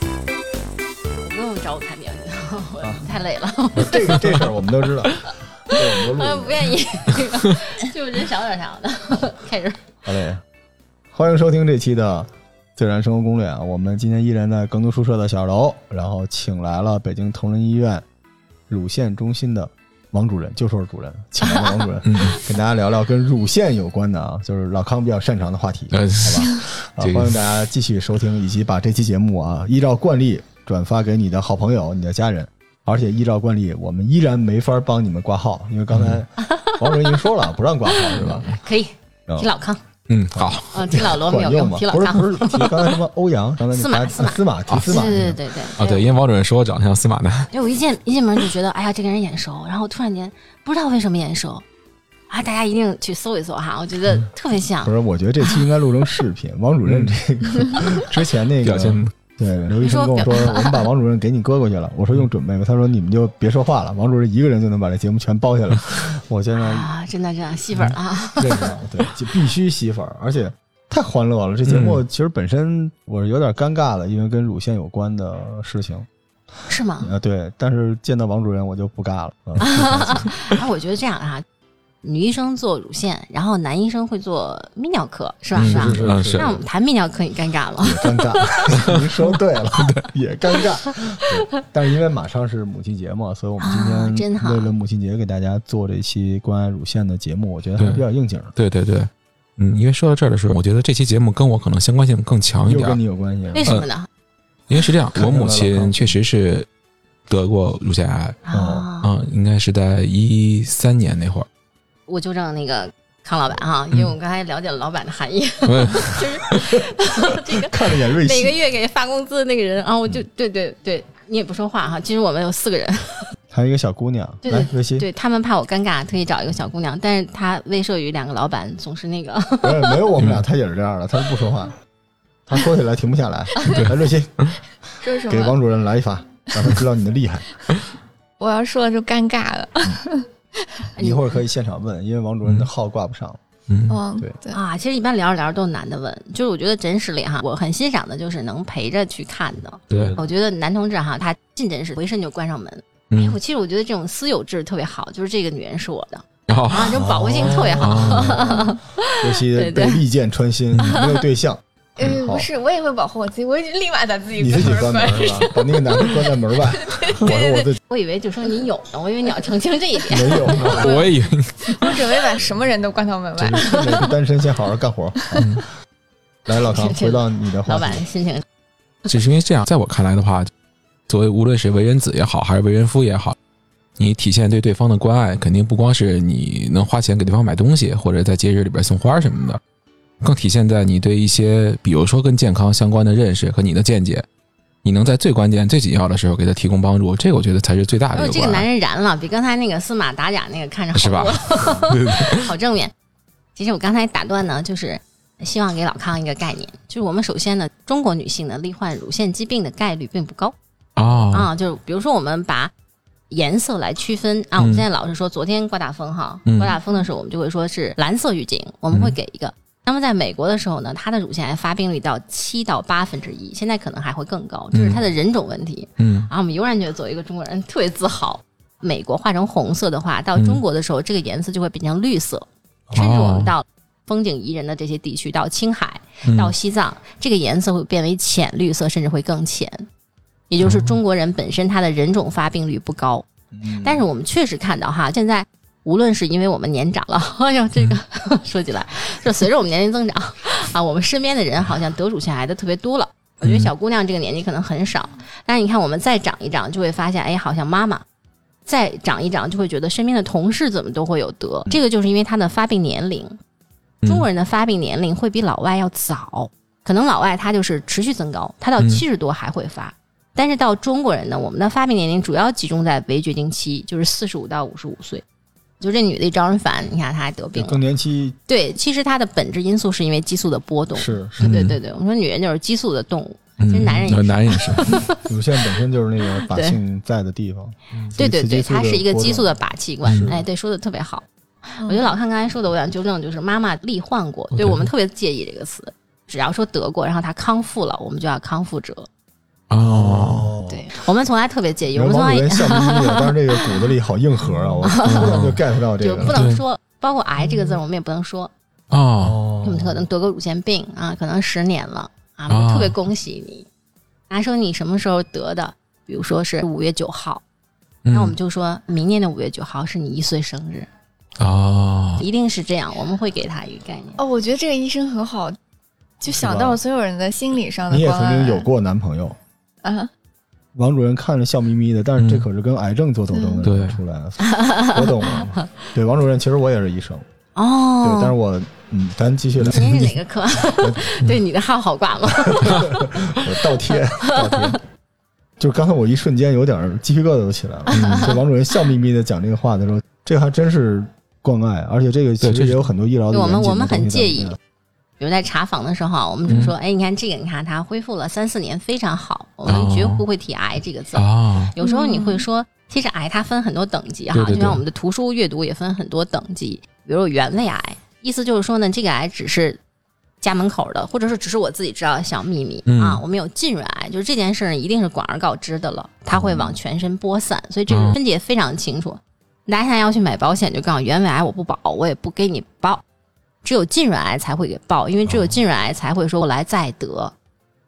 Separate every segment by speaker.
Speaker 1: 不用找我看电影， 我太累了，
Speaker 2: 这个这事儿我们都知道，这我们都
Speaker 1: 我
Speaker 2: 录
Speaker 1: 不
Speaker 2: 过。
Speaker 1: 愿意。 就真想点啥的，开始。
Speaker 2: 好嘞，欢迎收听这期的《自然生活攻略》啊！我们今天依然在耕读书社的小楼，然后请来了北京同仁医院乳腺中心的王主任，就说是主任，请来的王主任，
Speaker 3: 嗯
Speaker 2: 跟大家聊聊跟乳腺有关的啊，就是老康比较擅长的话题，好
Speaker 3: 呃
Speaker 2: 吧？啊，
Speaker 3: 这个
Speaker 2: 欢迎大家继续收听，以及把这期节目啊，依照惯例转发给你的好朋友、你的家人。而且依照惯例，我们依然没法帮你们挂号，因为刚才
Speaker 1: 嗯
Speaker 2: 王主任已经说了，不让挂号是吧？
Speaker 1: 可以
Speaker 2: 嗯
Speaker 1: 提老康，
Speaker 3: 嗯，好，
Speaker 1: 嗯， 提老罗没
Speaker 2: 哦管
Speaker 1: 有
Speaker 2: 用
Speaker 1: 用，
Speaker 2: 吗
Speaker 1: 提？老
Speaker 2: 不是
Speaker 1: 康。
Speaker 2: 不是提刚才什么欧阳，刚才那
Speaker 1: 司马
Speaker 2: 白
Speaker 1: 司马哦
Speaker 2: 司马提司马
Speaker 1: 对对对对对
Speaker 3: 啊，对，因为王主任说我长得像司马南，
Speaker 1: 对，我一见一进门就觉得，哎呀，这个人眼熟，然后突然间不知道为什么眼熟，啊，大家一定去搜一搜哈，我觉得特别像
Speaker 2: 不。是，我觉得这期应该录成视频。王主任这个 之前那
Speaker 3: 表
Speaker 2: 个
Speaker 3: 现
Speaker 2: 对刘医生跟我
Speaker 1: 嗯你说
Speaker 2: 说，我们把王主任给你搁过去了。我说用准备吗？他说你们就别说话了，王主任一个人就能把这节目全包 下来。我现在
Speaker 1: 啊，真的真的吸粉了啊！
Speaker 2: 认识了，对，就必须吸粉儿，而且太欢乐了。这节
Speaker 3: 嗯
Speaker 2: 目其实本身我是有点尴尬的，因为跟乳腺有关的事情
Speaker 1: 是吗？
Speaker 2: 啊，对。但是见到王主任我就不尬了，嗯
Speaker 1: 哎，我觉得这样啊，女医生做乳腺，然后男医生会做泌尿科，是吧？
Speaker 3: 嗯
Speaker 1: 吧？
Speaker 2: 是
Speaker 3: 嗯
Speaker 2: 是
Speaker 3: 是
Speaker 1: 那我们谈泌尿科，你尴尬了。
Speaker 2: 也尴尬， 您说对了，也尴尬。对但是因为马上是母亲节嘛，所以我们
Speaker 1: 啊
Speaker 2: 今
Speaker 1: 真
Speaker 2: 天
Speaker 1: 好
Speaker 2: 为了母亲节给大家做这期关爱乳腺的节目，我觉得还是比较应景的，
Speaker 3: 对对对，嗯，因为说到这儿的时候，我觉得这期节目跟我可能相关性更强一
Speaker 2: 又
Speaker 3: 点
Speaker 2: 跟
Speaker 3: 儿，
Speaker 2: 你有关系。
Speaker 1: 为什么呢？
Speaker 3: 因为是这样，
Speaker 2: 看
Speaker 3: 我
Speaker 2: 出来
Speaker 3: 母
Speaker 2: 了嗯哈
Speaker 3: 亲确实是得过乳腺癌，
Speaker 2: 嗯
Speaker 1: 啊，
Speaker 3: 嗯，应该是在一三年那会儿，
Speaker 1: 我纠正那个康老板哈，
Speaker 2: 嗯
Speaker 1: 因为我刚才了解了老板的含 义，
Speaker 3: 嗯
Speaker 1: 就是这个
Speaker 2: 看着眼瑞
Speaker 1: 每个
Speaker 2: 希，
Speaker 1: 月给发工资的那个人啊，我就对对对，你也不说
Speaker 2: 嗯
Speaker 1: 话哈。其实我们有四个人，
Speaker 2: 还有一个小姑娘，
Speaker 1: 对对
Speaker 2: 来瑞希，
Speaker 1: 对他们怕我尴尬，特意找一个小姑娘，但是她威慑于两个老板，总是那个
Speaker 2: 不是没有我们俩，她也是这样的，她不说话，她说起来停 不下来。来，瑞希，
Speaker 4: 说什
Speaker 2: 给
Speaker 4: 么？
Speaker 2: 王主任来一发，让他知道你的 厉害。
Speaker 4: 我要说就尴尬了。
Speaker 1: 哎
Speaker 2: 一会儿可以现场问，因为王主任的号挂不上。
Speaker 3: 嗯，
Speaker 4: 嗯，
Speaker 2: 对
Speaker 4: 对
Speaker 1: 啊。其实一般聊着聊着都是男的问，就是我觉得诊室里哈，我很欣赏的就是能陪着去看的。
Speaker 3: 对，
Speaker 2: 嗯
Speaker 1: 我觉得男同志哈，他进诊室回身就关上门。哎，我
Speaker 3: 嗯，
Speaker 1: 其实我觉得这种私有制特别好，就是这个女人是我的
Speaker 3: 然后
Speaker 1: 啊，这种保护性
Speaker 2: 哦
Speaker 1: 特别好。
Speaker 2: 啊，尤其
Speaker 1: 对
Speaker 2: 被
Speaker 1: 对哎
Speaker 2: 利剑穿心，没有 对象，嗯
Speaker 4: 呃，
Speaker 2: 好
Speaker 4: 不是，我也会保护我自己，我就立马把自己
Speaker 2: 你自己
Speaker 4: 关
Speaker 2: 关
Speaker 4: 门
Speaker 2: 门
Speaker 4: 儿。
Speaker 2: 是吧？把那个男的关在 门外，我说我自己
Speaker 1: 我以为就说你有呢，我以为你要澄清这一点。
Speaker 2: 没有，
Speaker 3: 我也以为
Speaker 4: 我准备把什么人都关到门外。
Speaker 2: 每个单身先好好干活。嗯来，老康，回到你的
Speaker 1: 老
Speaker 2: 话
Speaker 1: 板
Speaker 2: 题，
Speaker 1: 心情
Speaker 3: 哎只 是因为这样，在我看来的话，作为无论是为人子也好，还是为人夫也好，你体现对对方的关爱，肯定不光是你能花钱给对方买东西，或者在节日里边送花什么的，更体现在你对一些，比如说跟健康相关的认识和你的见解，你能在最关键、最紧要的时候给他提供帮助，这个我觉得才是最大的
Speaker 1: 哦，
Speaker 3: 一
Speaker 1: 这
Speaker 3: 个
Speaker 1: 个
Speaker 3: 关
Speaker 1: 男
Speaker 3: 爱，
Speaker 1: 人燃了，比刚才那个司马打假那个看着好啊
Speaker 3: 是吧
Speaker 1: 多？
Speaker 3: 对对
Speaker 1: 好正面。其实我刚才打断呢，就是希望给老康一个概念，就是我们首先呢，中国女性呢罹患乳腺疾病的概率并不高
Speaker 3: 啊，
Speaker 1: 啊，就是比如说我们把。颜色来区分啊！我们
Speaker 3: 嗯
Speaker 1: 现在老是说，昨天刮大风哈，
Speaker 3: 嗯
Speaker 1: 刮大风的时候，我们就会说是蓝色预警，我们会
Speaker 3: 嗯
Speaker 1: 给一个。那么在美国的时候呢，它的乳腺癌发病率到七到八分之一，现在可能还会更高，这是它的人种问题。
Speaker 3: 嗯
Speaker 1: 啊，我们悠然觉得作为一个中国人特别自豪。美国画成红色的话，到中国的时候，这个颜色就会变成绿色，
Speaker 3: 哦
Speaker 1: 甚至我们到风景宜人的这些地区，到青海、
Speaker 3: 嗯
Speaker 1: 到西藏，这个颜色会变为浅绿色，甚至会更浅。也就是中国人本身他的人种发病率不高，但是我们确实看到哈，现在无论是因为我们年长了，哎呀，这个、 说起来，就随着我们年龄增长啊，我们身边的人好像得乳腺癌的特别多了。我觉得小姑娘这个年纪可能很少，但是你看我们再长一长，就会发现，哎，好像妈妈再长一长，就会觉得身边的同事怎么都会有得，这个就是因为她的发病年龄。
Speaker 3: 嗯
Speaker 1: 中国人的发病年龄会比老外要早，可能老外他就是持续增高，他到
Speaker 3: 嗯
Speaker 1: 七十多还会发。但是到中国人呢，我们的发病年龄主要集中在围绝经期，就是四十五到五十五岁。就这女的一招人烦，你看她还得病了
Speaker 2: 更。年期
Speaker 1: 对，其实她的本质因素是因为激素的波动。
Speaker 2: 是
Speaker 1: 对
Speaker 2: 是
Speaker 1: 对
Speaker 3: 嗯
Speaker 1: 对对，我们说女人就是激素的动物。
Speaker 3: 嗯
Speaker 1: 其实男人也是
Speaker 3: 男人也是，
Speaker 2: 乳腺本身就是那个把
Speaker 1: 对
Speaker 2: 性在的地方，嗯
Speaker 1: 对对对，它
Speaker 2: 它
Speaker 1: 是一个激素的靶器官
Speaker 3: 是。
Speaker 1: 哎，对，说的特别好。我觉得老康刚才说的，我想纠正，就是妈妈罹患过，对我们特别介意这个词。只要说得过，然后他康复了，我们就要康复者。
Speaker 3: 哦，，
Speaker 1: 对我们从来特别介意，
Speaker 2: 你
Speaker 1: 我
Speaker 2: 们
Speaker 1: 们从
Speaker 2: 王
Speaker 1: 来
Speaker 2: 主任笑眯眯的， 但是这个骨子里好硬核啊！我突然就 get 到这
Speaker 1: 就
Speaker 2: 个
Speaker 1: 不
Speaker 2: 了。
Speaker 1: 能
Speaker 3: 对
Speaker 1: 说，包括癌这个字儿我们也不能说。
Speaker 3: 哦，
Speaker 2: 哦
Speaker 1: 我们可能得个乳腺病啊，可能十年了啊，我
Speaker 3: 啊
Speaker 1: 们特别恭喜你。他说你什么时候得的？比如说是五月九号，
Speaker 3: 嗯
Speaker 1: 那我们就说明年的五月九号是你一岁生日，
Speaker 3: 啊，
Speaker 1: 一定是这样，我们会给他一个概念。
Speaker 4: 哦，我觉得这个医生很好，就想到了所有人的心理上的
Speaker 2: 你也
Speaker 4: 关
Speaker 2: 曾
Speaker 4: 爱
Speaker 2: 经有过男朋友，
Speaker 4: 啊？
Speaker 2: 王主任看着笑眯眯的，但是这可是跟癌症做斗争的人
Speaker 3: 嗯
Speaker 2: 出来的，我懂了。对，王主任，其实我也是医生，对，但是
Speaker 1: 哦，
Speaker 2: 我嗯，咱 继 续聊，
Speaker 1: 哎您是哪个科？对，你的号好挂吗？
Speaker 2: 我倒贴倒贴。就是刚才我一瞬间有点鸡皮疙瘩都起来了。 就王主任笑眯眯的讲这个话的时候，这个还真是关爱，而且这个其
Speaker 3: 对这
Speaker 2: 实
Speaker 3: 是
Speaker 2: 也有很多医疗的
Speaker 1: 对我们
Speaker 2: 严谨的
Speaker 1: 我们很
Speaker 2: 东西在
Speaker 1: 介
Speaker 2: 里
Speaker 1: 意
Speaker 2: 面
Speaker 1: 比如在查房的时候啊，我们就说，哎，你看这个，你看他恢复了三四年，非常好。我们绝不会提癌这个字儿。
Speaker 3: 啊，
Speaker 1: 有时候你会说，其实癌它分很多等级哈，
Speaker 3: 对对对
Speaker 1: 就像我们的图书阅读也分很多等级，比如有原位癌，意思就是说呢，这个癌只是家门口的，或者是只是我自己知道的小秘密、
Speaker 3: 嗯
Speaker 1: 啊。我们有浸润癌，就是这件事儿一定是广而告之的了，它会往全身播散，所以这
Speaker 3: 嗯
Speaker 1: 个分解非常清楚。大家现在要去买保险，就告诉我原位癌我不保，我也不给你报，只有浸润癌才会给报，因为
Speaker 3: 哦
Speaker 1: 只有浸润癌才会说我来再得。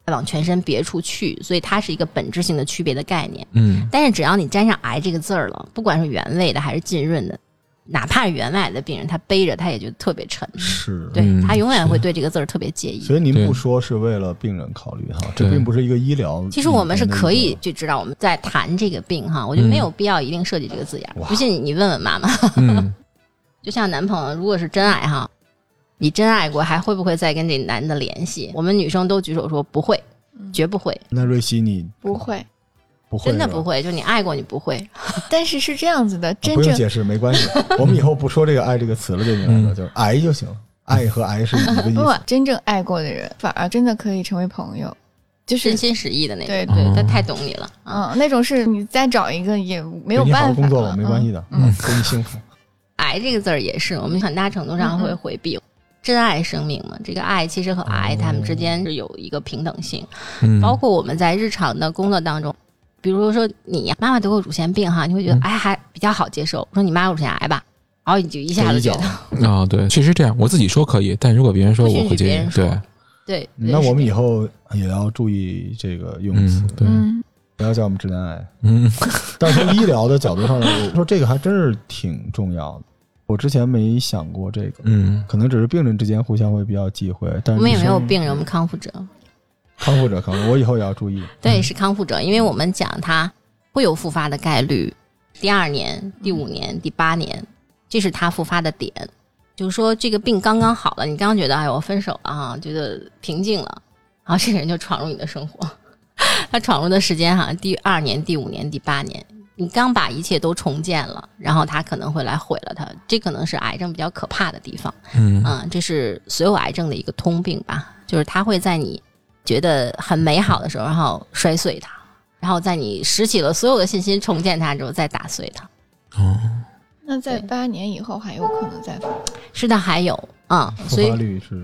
Speaker 1: 再往全身别处去，所以它是一个本质性的区别的概念。
Speaker 3: 嗯
Speaker 1: 但是只要你沾上癌这个字儿了，不管是原位的还是浸润的，哪怕是原位癌的病人，他背着他也就特别沉，
Speaker 2: 是
Speaker 1: 对、
Speaker 3: 嗯
Speaker 1: 他永远
Speaker 3: 是
Speaker 1: 会对这个字儿特别介意。
Speaker 2: 所以您
Speaker 3: 对
Speaker 2: 不说是为了病人考虑哈，这
Speaker 3: 对
Speaker 2: 并不是一个医疗。
Speaker 1: 其实我们是可以，
Speaker 2: 嗯
Speaker 1: 去知道我们在谈这个病哈，我觉得没有必要一定设计这个字眼儿。
Speaker 2: 哇
Speaker 1: 不信你你问问妈妈，
Speaker 3: 嗯，
Speaker 1: 就像男朋友如果是真爱哈，你真爱过还会不会再跟这男的联系？我们女生都举手说不会，
Speaker 4: 嗯
Speaker 1: 绝不会，
Speaker 2: 那瑞希你
Speaker 4: 不会，
Speaker 2: 不会
Speaker 1: 真的
Speaker 2: 是吧
Speaker 1: 不，会。就你爱过你不会，
Speaker 4: 但是是这样子的，
Speaker 2: 啊
Speaker 4: 真
Speaker 2: 不用
Speaker 4: 正
Speaker 2: 解释没 关系。我们以后不说这个“爱”这个词了，对你来说
Speaker 3: 嗯
Speaker 2: 就是“癌”就行了。爱和癌是一 个意
Speaker 4: 不
Speaker 2: 思，
Speaker 4: 真正爱过的人，反而真的可以成为朋友，就是
Speaker 1: 真
Speaker 2: 嗯
Speaker 1: 心实意的那种。
Speaker 4: 对
Speaker 3: 哦
Speaker 4: 对，
Speaker 1: 他太懂你了啊！
Speaker 4: 嗯，那种是你再找一个也没有
Speaker 2: 对你好好
Speaker 4: 办法
Speaker 2: 工
Speaker 4: 了，
Speaker 2: 作吧，没关系
Speaker 4: 嗯。
Speaker 2: 的，嗯，祝你幸福。
Speaker 1: 癌这个字儿也是，我们很大程度上
Speaker 2: 嗯
Speaker 1: 会回避。珍爱生命嘛，这个爱其实和癌他们之
Speaker 2: 哦
Speaker 1: 间是有一个平等性，
Speaker 3: 嗯
Speaker 1: 包括我们在日常的工作当中，比如说你妈妈得过乳腺病哈，你会觉得
Speaker 3: 嗯
Speaker 1: 哎还比较好接受，我说你妈有乳腺癌吧，然后你就一下
Speaker 2: 这
Speaker 1: 子
Speaker 2: 一
Speaker 1: 觉
Speaker 2: 脚
Speaker 1: 得，
Speaker 3: 啊，对，确实这样，我自己说可以，但如果别人说，
Speaker 1: 不
Speaker 3: 我
Speaker 1: 允
Speaker 3: 会
Speaker 1: 许别
Speaker 3: 介意
Speaker 1: 人，说
Speaker 3: 对，嗯
Speaker 1: 对，
Speaker 2: 那
Speaker 1: 对
Speaker 2: 我们以后也要注意这个用词
Speaker 3: 嗯，，对，
Speaker 4: 嗯，
Speaker 2: 不要叫我们直男癌。
Speaker 3: 嗯
Speaker 2: 但是从医疗的角度上来说，我说这个还真是挺重要的。我之前没想过这个，
Speaker 3: 嗯
Speaker 2: 可能只是病人之间互相会比较忌讳，但
Speaker 1: 我
Speaker 2: 是嗯
Speaker 1: 们也没有
Speaker 2: 医生
Speaker 1: 病人，我们康复者，
Speaker 2: 康复者，康复，我以后也要注意。
Speaker 1: 对，是康复者，因为我们讲他会有复发的概率，第二年、第五年、第八年，这是他复发的点。就是说，这个病刚刚好了，你刚刚觉得哎呦我分手了啊，觉得平静了，然后这个人就闯入你的生活， 他闯入的时间哈、第二年、第五年、第八年，你刚把一切都重建了，然后他可能会来毁了他，这可能是癌症比较可怕的地方。
Speaker 3: 嗯
Speaker 1: 嗯，这是所有癌症的一个通病吧，就是它会在你觉得很美好的时候，然后摔碎它，然后在你拾起了所有的信心重建它之后再打碎它。
Speaker 3: 哦，
Speaker 4: 那在
Speaker 1: 对
Speaker 4: 八年以后还有可能再发，
Speaker 1: 是的，还有，嗯，
Speaker 2: 复
Speaker 1: 所
Speaker 2: 发
Speaker 1: 以
Speaker 2: 率是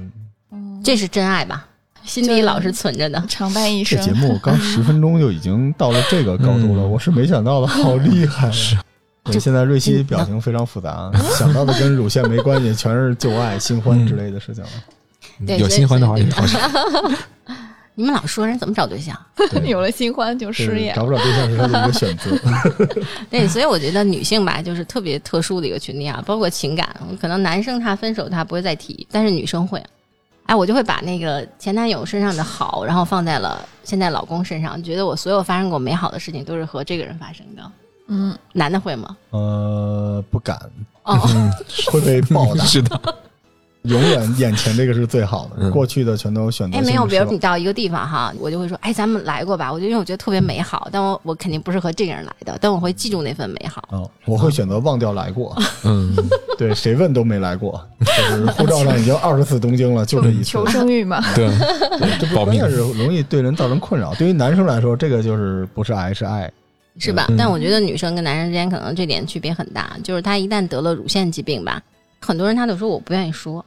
Speaker 4: 嗯，
Speaker 1: 这是真爱吧，心底老是存着的。
Speaker 4: 常伴一
Speaker 2: 这
Speaker 4: 生。
Speaker 2: 节目刚十分钟就已经到了这个高度了，
Speaker 3: 嗯
Speaker 2: 我是没想到 的，好厉害！啊
Speaker 3: 是，
Speaker 2: 对，现在瑞
Speaker 1: 嗯
Speaker 2: 希表情非常复杂，啊想到的跟乳腺没关系，全是旧爱、新欢之类的事情了。
Speaker 1: 对
Speaker 3: 嗯有
Speaker 1: 所以
Speaker 3: 新欢的话
Speaker 1: 所以
Speaker 3: 也
Speaker 1: 就
Speaker 3: 好使，
Speaker 1: 你们老说人怎么找对象？
Speaker 2: 对
Speaker 4: 有了新欢就失
Speaker 2: 对
Speaker 4: 业，
Speaker 2: 找不找对象是他的一个选择。
Speaker 1: 对，所以我觉得女性吧，就是特别特殊的一个群体啊，包括情感，可能男生他分手他不会再提，但是女生会。哎，我就会把那个前男友身上的好，然后放在了现在老公身上，觉得我所有发生过美好的事情都是和这个人发生的。
Speaker 4: 嗯，
Speaker 1: 男的会吗？
Speaker 2: 呃，不敢，
Speaker 1: 哦，
Speaker 2: 会被 暴 打。
Speaker 3: 是的，
Speaker 2: 永远眼前这个是最好的，
Speaker 3: 嗯
Speaker 2: 过去的全都选择
Speaker 1: 哎，
Speaker 2: 性
Speaker 1: 没
Speaker 2: 地
Speaker 1: 有，比如
Speaker 2: 失望
Speaker 1: 你到一个地方哈，我就会说，哎，咱们来过吧。我就因为我觉得特别美好，但我我肯定不是和这个人来的，但我会记住那份美好。
Speaker 2: 啊，我会选择忘掉 来过。
Speaker 3: 嗯，
Speaker 2: 对，谁问都没来过，就是护照上已经二十次东京了，就这一
Speaker 1: 嗯
Speaker 2: 次
Speaker 4: 求。生欲 嘛，
Speaker 3: 对，
Speaker 2: 这不
Speaker 3: 保
Speaker 2: 关
Speaker 3: 密
Speaker 2: 键是容易对人造成困扰。对于男生来说，这个就是不是爱是爱，
Speaker 1: 是吧
Speaker 3: 嗯？
Speaker 1: 但我觉得女生跟男生之间可能这点区别很大，就是她一旦得了乳腺疾病吧，很多人她都说我不愿意说，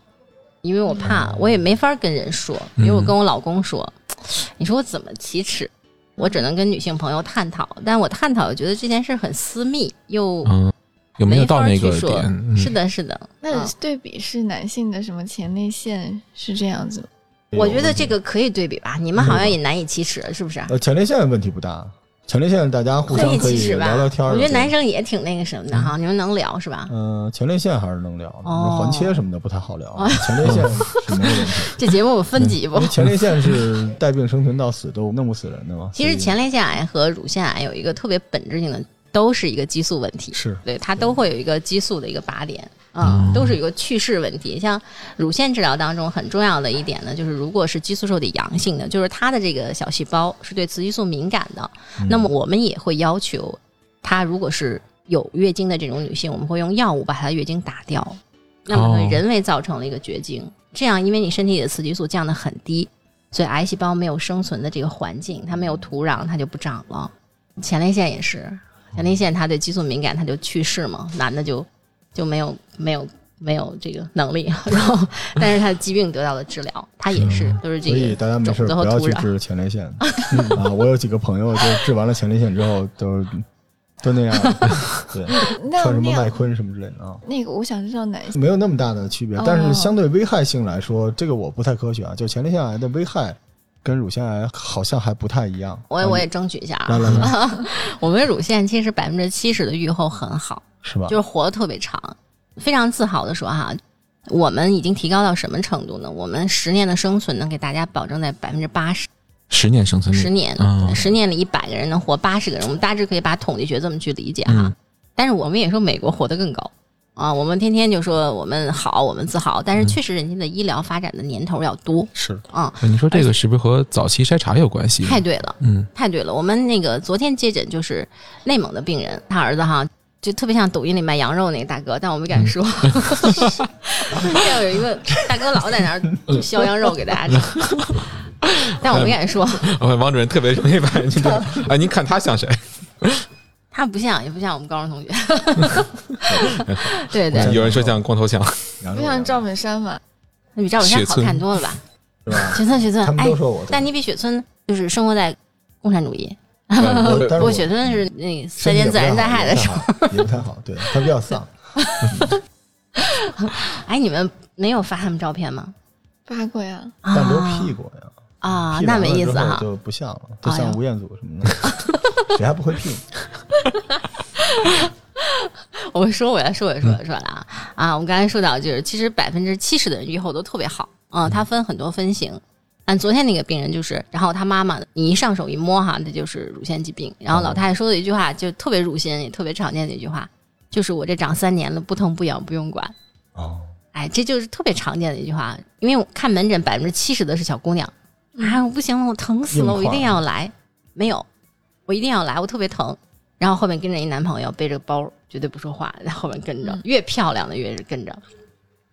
Speaker 1: 因为我怕，
Speaker 3: 哦
Speaker 1: 我也没法跟人说，比如我跟我老公说，
Speaker 3: 嗯
Speaker 1: 你说我怎么启齿？我只能跟女性朋友探讨，但我探讨，我觉得这件事很私密，又
Speaker 3: 嗯，有没有到
Speaker 1: 没
Speaker 3: 那
Speaker 1: 法
Speaker 3: 个
Speaker 1: 去说
Speaker 3: 点？嗯
Speaker 1: 是，的，是的。
Speaker 4: 那
Speaker 1: 嗯
Speaker 4: 对比是男性的什么前列腺是这样子吗？
Speaker 2: 哎
Speaker 1: 我觉得这个可以对比吧，你们好像也难以启齿，是不是？
Speaker 2: 呃前列腺问题不大，前列腺大家互相可
Speaker 1: 启
Speaker 2: 以
Speaker 1: 齿吧
Speaker 2: 聊聊天儿。
Speaker 1: 我觉得
Speaker 2: 对
Speaker 1: 男生也挺那个什么的
Speaker 3: 嗯
Speaker 1: 哈，你们能聊是吧？
Speaker 2: 嗯，前列腺还是能聊的，
Speaker 1: 哦
Speaker 2: 环切什么的不太好聊，前列腺是没 有问题的。
Speaker 1: 这节目我分几部
Speaker 2: 因为？前列腺是带病生存到死都弄不死人的嘛。
Speaker 1: 其实
Speaker 2: 所以
Speaker 1: 前列腺癌和乳腺癌有一个特别本质性的，都是一个激素问题，
Speaker 2: 是
Speaker 1: 对它都会有一个激素的一个靶点。嗯，都是有一个去势问题。像乳腺治疗当中很重要的一点呢，就是如果是激素受体阳性的，就是它的这个小细胞是对雌激素敏感的，
Speaker 2: 嗯
Speaker 1: 那么我们也会要求她如果是有月经的这种女性，我们会用药物把她的月经打掉，那么
Speaker 3: 哦
Speaker 1: 对人为造成了一个绝经。这样，因为你身体里的雌激素降得很低，所以癌细胞没有生存的这个环境，它没有土壤，它就不长了。前列腺也是，前列腺它对激素敏感，它就去世嘛，男的就就没有没有没有这个能力， 然后但是他的疾病得到了治疗，他也是都是这
Speaker 2: 所以
Speaker 1: 个
Speaker 2: 大家没
Speaker 1: 种
Speaker 2: 事儿
Speaker 1: 子
Speaker 2: 不
Speaker 1: 和
Speaker 2: 要
Speaker 1: 土
Speaker 2: 去
Speaker 1: 壤。
Speaker 2: 治前列腺啊！我有几个朋友就治完了前列腺之后都都那样， 对，
Speaker 4: 那
Speaker 2: 穿什
Speaker 4: 那
Speaker 2: 么麦
Speaker 4: 样
Speaker 2: 昆什么之类的啊。
Speaker 4: 那个，我想知道男性
Speaker 2: 没有那么大的区别
Speaker 4: 哦，
Speaker 2: 但是相对危害性来说，这个我不太科学啊。就前列腺癌的危害跟乳腺癌好像还不太一样。
Speaker 1: 我也
Speaker 2: 啊
Speaker 1: 我也争取一下
Speaker 2: 来
Speaker 1: 啊！
Speaker 2: 来来，
Speaker 1: 我们乳腺其实百分之七十的预后很好，
Speaker 2: 是吧
Speaker 1: 就？是活得特别长。非常自豪的说哈，我们已经提高到什么程度呢？我们十年的生存能给大家保证在百分之八十，
Speaker 3: 十年生存率，
Speaker 1: 十年，
Speaker 3: 嗯
Speaker 1: 十年里一百个人能活八十个人，我们大致可以把统计学这么去理解哈。
Speaker 3: 嗯
Speaker 1: 但是我们也说美国活得更高啊，我们天天就说我们好，我们自豪，但是
Speaker 3: 嗯
Speaker 1: 确实人家的医疗发展的年头要多
Speaker 2: 是
Speaker 1: 啊，
Speaker 3: 哎你说这个是不是和早期筛查有关系？
Speaker 1: 太对了。
Speaker 3: 嗯，
Speaker 1: 太对了，我们那个昨天接诊就是内蒙的病人，他儿子哈。就特别像抖音里卖羊肉那个大哥，但我没敢说。要有一个大哥老在那儿削羊肉给大家吃，但我没敢说。
Speaker 3: 我哦看王主任特别容易把人 家这个啊，您看他像谁？
Speaker 1: 他不像，也不像我们高中同学。 对对，
Speaker 2: 对
Speaker 3: 有人说像光 头强，
Speaker 2: 羊
Speaker 4: 不
Speaker 2: 肉
Speaker 4: 像
Speaker 2: 羊
Speaker 4: 赵本山嘛？
Speaker 1: 那比赵本山好看多了吧？
Speaker 2: 是吧？
Speaker 1: 雪村，雪村
Speaker 2: 他，们
Speaker 1: 哎
Speaker 2: 都，说我，
Speaker 1: 但你比雪村就是生活在共产主义，
Speaker 2: 对我但
Speaker 3: 呃啊
Speaker 1: 不
Speaker 2: 是
Speaker 1: 过
Speaker 2: 我
Speaker 1: 雪村是那个三年自然灾害的时候。
Speaker 2: 候也不太好，对他比较丧。
Speaker 1: 哎，你们没有发他们照片吗？
Speaker 4: 发过呀，
Speaker 2: 但没 有
Speaker 1: 啊
Speaker 2: 屁股呀。
Speaker 1: 啊，
Speaker 2: 屁
Speaker 1: 那
Speaker 2: 完
Speaker 1: 没
Speaker 2: 了
Speaker 1: 意
Speaker 2: 之
Speaker 1: 思
Speaker 2: 后
Speaker 1: 哈。
Speaker 2: 就不像了，就
Speaker 1: 哎
Speaker 2: 像
Speaker 1: 呦
Speaker 2: 吴彦祖什么的，谁还不会 屁股？
Speaker 1: 我说我要说我说我说了啊啊！我们刚才说到就是，其实百分之七十的人预后都特别好，嗯，它分很多分型。但昨天那个病人就是，然后他妈妈，你一上手一摸哈，那就是乳腺疾病。然后老太太说的一句话就特别入心，也特别常见的一句话，就是我这长三年了，不疼不痒，不用管。
Speaker 2: 哦，
Speaker 1: 哎，这就是特别常见的一句话，因为我看门诊百分之七十的是小姑娘，啊，我不行了，我疼死了，
Speaker 2: 硬
Speaker 1: 我一
Speaker 2: 块
Speaker 1: 定
Speaker 2: 儿
Speaker 1: 要来，没有，我一定要来，我特别疼。然后后面跟着一男朋友背着个包，绝对不说话，在后面跟着，
Speaker 4: 嗯
Speaker 1: 越漂亮的越是跟着。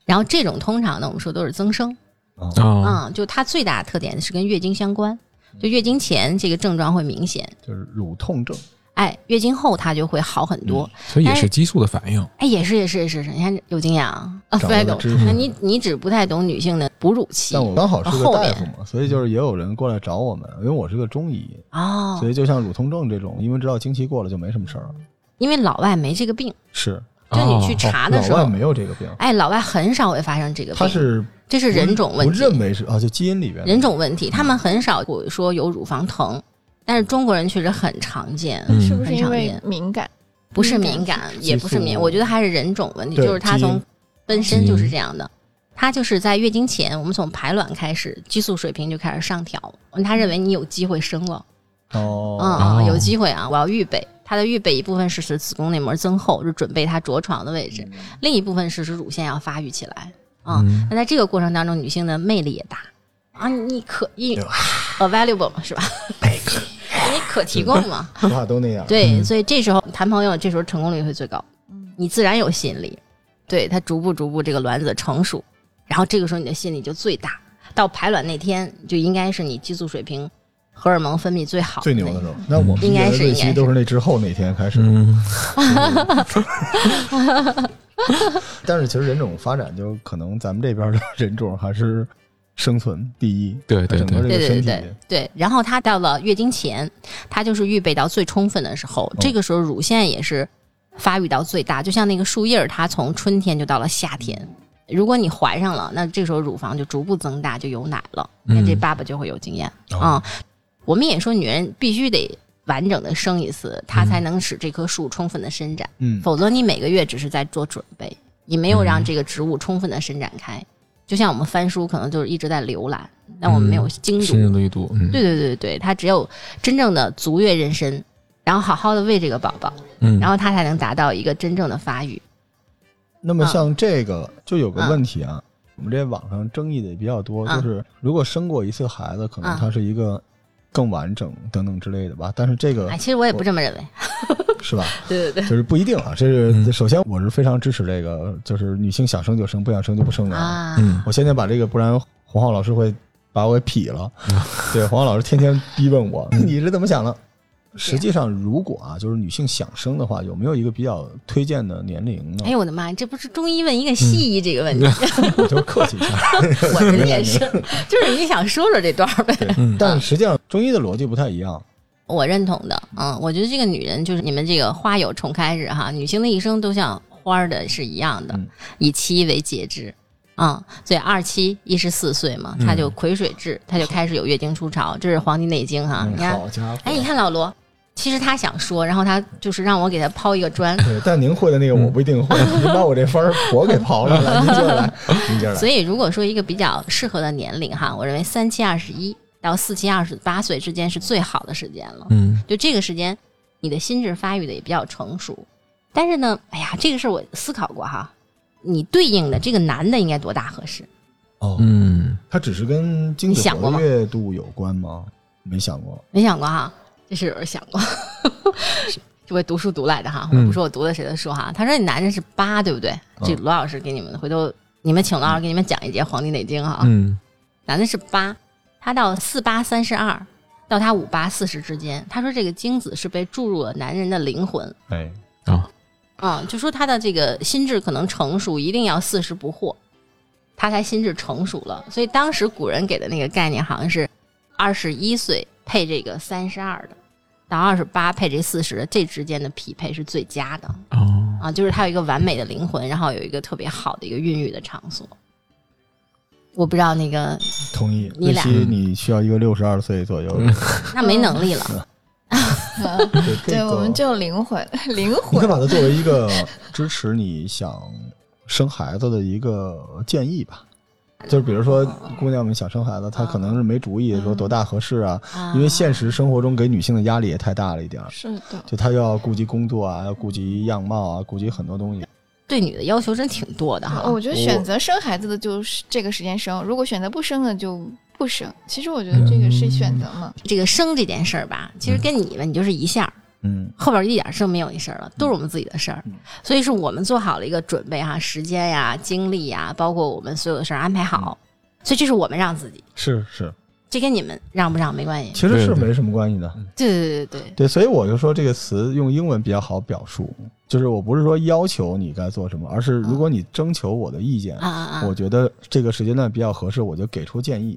Speaker 1: 然后这种通常呢，我们说都是增生，
Speaker 2: 哦
Speaker 3: 啊，
Speaker 1: 嗯，就它最大的特点是跟月经相关，就月经前这个症状会明显，
Speaker 2: 就是乳痛症，
Speaker 1: 哎，月经后它就会好很多。
Speaker 2: 嗯
Speaker 3: 所以也是激素的反应。
Speaker 1: 哎，也是也是也是，你看有经验啊，啊，不
Speaker 2: 掌握
Speaker 1: 太
Speaker 2: 了
Speaker 1: 懂
Speaker 2: 知识。
Speaker 1: 那你你只不太懂女性的哺乳期
Speaker 2: 但我刚好是个
Speaker 1: 后
Speaker 2: 大
Speaker 1: 面
Speaker 2: 夫嘛，所以就是也有人过来找我们，因为我是个中医，
Speaker 1: 哦
Speaker 2: 所，以就像乳痛症这种，因为知道经期过了就没什么事儿了。
Speaker 1: 因为老外没这个病，
Speaker 2: 是
Speaker 1: 就你去
Speaker 3: 哦
Speaker 1: 查啊的时
Speaker 2: 老
Speaker 1: 候，
Speaker 2: 外没有这个病，
Speaker 1: 哎，老外很少会发生这个病，
Speaker 2: 他是
Speaker 1: 这是
Speaker 2: 不
Speaker 1: 人种问
Speaker 2: 不认
Speaker 1: 题，
Speaker 2: 为是啊，就基因里边
Speaker 1: 人种问题，他们很少会说有乳房疼，但是中国人确实很常见，
Speaker 3: 嗯
Speaker 4: 是不是
Speaker 1: 很
Speaker 4: 因
Speaker 1: 常
Speaker 4: 为
Speaker 1: 见
Speaker 4: 敏 感？
Speaker 1: 不是敏感，也不是
Speaker 2: 嗯激
Speaker 1: 敏，
Speaker 2: 素
Speaker 1: 我觉得还是人种问题，
Speaker 2: 对
Speaker 1: 就是他
Speaker 2: 基因
Speaker 1: 从本身
Speaker 3: 基因
Speaker 1: 就是这样的。他就是在月经前，我们从排卵开始，激素水平就开始上调。他认为你有机会生了，
Speaker 2: 哦，
Speaker 1: 嗯，
Speaker 3: 哦
Speaker 1: 有机会啊，我要预备。它的预备一部分是使子宫内膜增厚，是准备它着床的位置；另一部分是使乳腺要发育起来啊。
Speaker 3: 嗯
Speaker 1: 那在这个过程当中，女性的魅力也大啊，你可以 available 嘛，是吧？ 你可提供嘛？
Speaker 2: 说话都那样。
Speaker 1: 对，所以这时候谈朋友，这时候成功率会最高，你自然有吸引力，对它逐步逐步这个卵子成熟，然后这个时候你的吸引力就最大。到排卵那天，就应该是你激素水平、荷尔蒙分泌最好
Speaker 2: 最牛
Speaker 1: 那个
Speaker 2: 的时候，那我们
Speaker 1: 嗯应该是
Speaker 2: 这
Speaker 1: 应该
Speaker 2: 期
Speaker 1: 是
Speaker 2: 都是那之后那天开始，
Speaker 3: 嗯，
Speaker 2: 但是其实人种发展，就可能咱们这边的人种还是生存第一，
Speaker 3: 对对
Speaker 2: 整个
Speaker 3: 对，
Speaker 2: 这
Speaker 1: 对
Speaker 2: 个
Speaker 1: 对
Speaker 2: 身
Speaker 1: 对
Speaker 2: 体
Speaker 1: 对对，然后她到了月经前，她就是预备到最充分的时候，
Speaker 2: 哦
Speaker 1: 这个时候乳腺也是发育到最大，就像那个树叶儿，它从春天就到了夏天。如果你怀上了，那这时候乳房就逐步增大，就有奶了。那这
Speaker 3: 嗯
Speaker 1: 爸爸就会有经验
Speaker 2: 哦
Speaker 1: 啊、我们也说，女人必须得完整的生一次，她
Speaker 3: 嗯
Speaker 1: 才能使这棵树充分的伸展，
Speaker 2: 嗯，
Speaker 1: 否则你每个月只是在做准备，你没有让
Speaker 3: 嗯
Speaker 1: 这个植物充分的伸展开。就像我们翻书，可能就是一直在浏览，但我们没有
Speaker 3: 嗯
Speaker 1: 精读。
Speaker 3: 深入一读，嗯，
Speaker 1: 对对对对，他只有真正的足月妊娠，然后好好的喂这个宝宝，
Speaker 3: 嗯，
Speaker 1: 然后他才能达到一个真正的发育。
Speaker 2: 那么
Speaker 1: 啊
Speaker 2: 像这个就有个
Speaker 1: 啊
Speaker 2: 问题啊，我们这网上争议的也比较多，
Speaker 1: 啊
Speaker 2: 就是如果生过一次孩子，可能
Speaker 1: 啊
Speaker 2: 他是一个更完整等等之类的吧。但是这
Speaker 3: 嗯
Speaker 2: 个
Speaker 1: 哎，其实我也不这么认为。
Speaker 2: 是吧，
Speaker 1: 对对
Speaker 2: 就是不一定啊。这
Speaker 3: 嗯
Speaker 2: 是首先我是非常支持这个，就是女性想生就生，不想生就不生
Speaker 1: 对
Speaker 2: 的。
Speaker 1: 啊，
Speaker 3: 嗯，
Speaker 2: 我现在把这个，不然黄浩老师会把我给劈 了。对，黄浩老师天天逼问我，
Speaker 3: 嗯
Speaker 2: 你是怎么想
Speaker 1: 啊
Speaker 2: 的？实际上，如果啊，就是女性想生的话，有没有一个比较推荐的年龄呢
Speaker 1: 哎？呦我的妈，这不是中医问一个西医这个问题，
Speaker 2: 我就是客气一下。
Speaker 1: 我这也是，就是你想说说这段儿呗。
Speaker 3: 嗯
Speaker 2: 但是实际上，中医的逻辑不太一样。
Speaker 1: 我认同的，嗯，我觉得这个女人就是你们这个花有重开日哈，女性的一生都像花儿的是一样的，
Speaker 2: 嗯
Speaker 1: 以期为节制，嗯，所以二期一十四岁嘛，
Speaker 2: 嗯
Speaker 1: 她就癸水至，她就开始有月经初 潮，这是《黄帝内经》哈，
Speaker 2: 嗯
Speaker 1: 你看，
Speaker 2: 好家伙！，
Speaker 1: 啊哎，你看老罗，其实他想说，然后他就是让我给他抛一个砖
Speaker 2: 对，但您会的那个
Speaker 3: 嗯
Speaker 2: 我不一定会，您把我这分儿我给刨 了，来，您接着来，您接着来
Speaker 1: 所。以如果说一个比较适合的年龄哈，我认为三七二十一到四七二十八岁之间是最好的时间了。
Speaker 3: 嗯
Speaker 1: 就这个时间，你的心智发育的也比较成熟。但是呢，哎呀，这个事儿我思考过哈，你对应的这个男的应该多大合适？
Speaker 2: 哦
Speaker 3: 嗯，
Speaker 2: 它只是跟精
Speaker 1: 你
Speaker 2: 子
Speaker 1: 想过
Speaker 2: 活
Speaker 1: 吗
Speaker 2: 跃度有关吗？没想过。
Speaker 1: 没想过哈，这是有人想过。 这我读书读来的哈，我
Speaker 3: 嗯
Speaker 1: 不说我读的谁的书哈。他说你男人是八，对不对？这罗老师给你们回头，你们请罗老师给你们讲一节《黄帝内经》哈。
Speaker 3: 嗯
Speaker 1: 男的是八，他到四八三十二，到他五八四十之间，他说这个精子是被注入了男人的灵魂，
Speaker 2: 哎，
Speaker 3: 啊，
Speaker 1: 嗯，就说他的这个心智可能成熟，一定要四十不惑，他才心智成熟了。所以当时古人给的那个概念好像是二十一岁配这个三十二的，到二十八配这四十的，这之间的匹配是最佳的
Speaker 3: 哦，
Speaker 1: 啊，就是他有一个完美的灵魂，然后有一个特别好的一个孕育的场所。我不知道那个
Speaker 2: 同意。
Speaker 1: 你
Speaker 2: 瑞
Speaker 1: 俩
Speaker 2: 希，你需要一个六十二岁左右的。
Speaker 1: 那没能力了，
Speaker 4: 嗯
Speaker 2: 这
Speaker 4: 对，
Speaker 2: 个
Speaker 4: 我们就灵魂， 灵
Speaker 2: 你可以
Speaker 4: 魂
Speaker 2: 把它作为一个支持你想生孩子的一个建 议吧。就是比如说，姑娘们想生孩子，她可能是没主意说多大合适啊，
Speaker 1: 啊
Speaker 2: 因为现实生活中给女性的压力也太大了一点儿，
Speaker 4: 是的，
Speaker 2: 就她又要顾及工作啊，要顾及样貌啊，顾及很多东西。
Speaker 1: 对女的要求真挺多的哈。
Speaker 4: 哦我觉得
Speaker 2: 我
Speaker 4: 选择生孩子的就是这个时间生，如果选择不生的就不生。其实我觉得这个是选择嘛，
Speaker 1: 这个生这件事儿吧，其实跟你们你就是一下儿，
Speaker 2: 嗯，
Speaker 1: 后边一点事儿没有一事儿了，都是我们自己的事儿，
Speaker 2: 嗯
Speaker 1: 所以是我们做好了一个准备哈、时间呀、精力呀、包括我们所有的事儿安排好，
Speaker 2: 嗯
Speaker 1: 所以这是我们让自己，
Speaker 2: 是是，
Speaker 1: 这跟你们让不让没关系。
Speaker 2: 其实是
Speaker 3: 对对
Speaker 2: 没什么关系的。
Speaker 1: 对对对对对，
Speaker 2: 对，所以我就说这个词用英文比较好表述，就是我不是说要求你该做什么，而是如果你征求我的意见，
Speaker 1: 啊啊啊！
Speaker 2: 我觉得这个时间段比较合适，我就给出建议。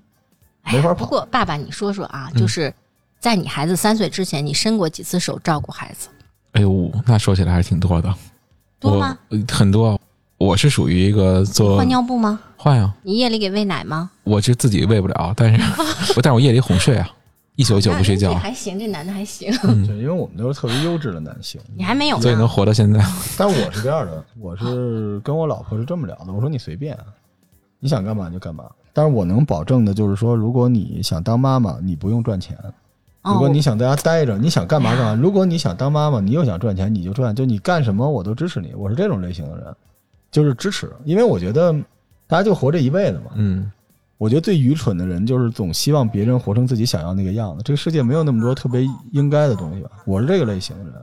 Speaker 1: 哎呀
Speaker 2: 没法
Speaker 1: 不
Speaker 2: 跑
Speaker 1: 过爸爸，你说说啊，
Speaker 3: 嗯
Speaker 1: 就是在你孩子三岁之前，你伸过几次手照顾孩子？
Speaker 3: 哎呦，那说起来还是挺多的，
Speaker 1: 多吗？
Speaker 3: 我？呃很多，我是属于一个做
Speaker 1: 换尿布吗？
Speaker 3: 换呀，
Speaker 1: 你夜里给喂奶吗？
Speaker 3: 我是自己喂不了，但 是我但是我夜里哄睡啊，一宿一宿不睡
Speaker 1: 那
Speaker 3: 觉
Speaker 1: 哎
Speaker 3: 啊
Speaker 1: 这，还行，这男的还 行，
Speaker 2: 对，因为我们都是特别优质的男性，
Speaker 1: 你还没有
Speaker 3: 所以能
Speaker 1: 呢。哦
Speaker 3: 活到现在。
Speaker 2: 但我是这样的，我是跟我老婆是这么聊的，我说你随便，啊你想干嘛就干嘛。但是我能保证的就是说，如果你想当妈妈，你不用赚钱；如果
Speaker 1: 哦
Speaker 2: 你想在家待着，你想干嘛干嘛；如果你想当妈妈，你又想赚钱，你就赚，就你干什么我都支持你。我是这种类型的人，就是支持，因为我觉得大家就活这一辈子嘛。
Speaker 3: 嗯
Speaker 2: 我觉得最愚蠢的人就是总希望别人活成自己想要那个样子。这个世界没有那么多特别应该的东西吧？我是这个类型的人。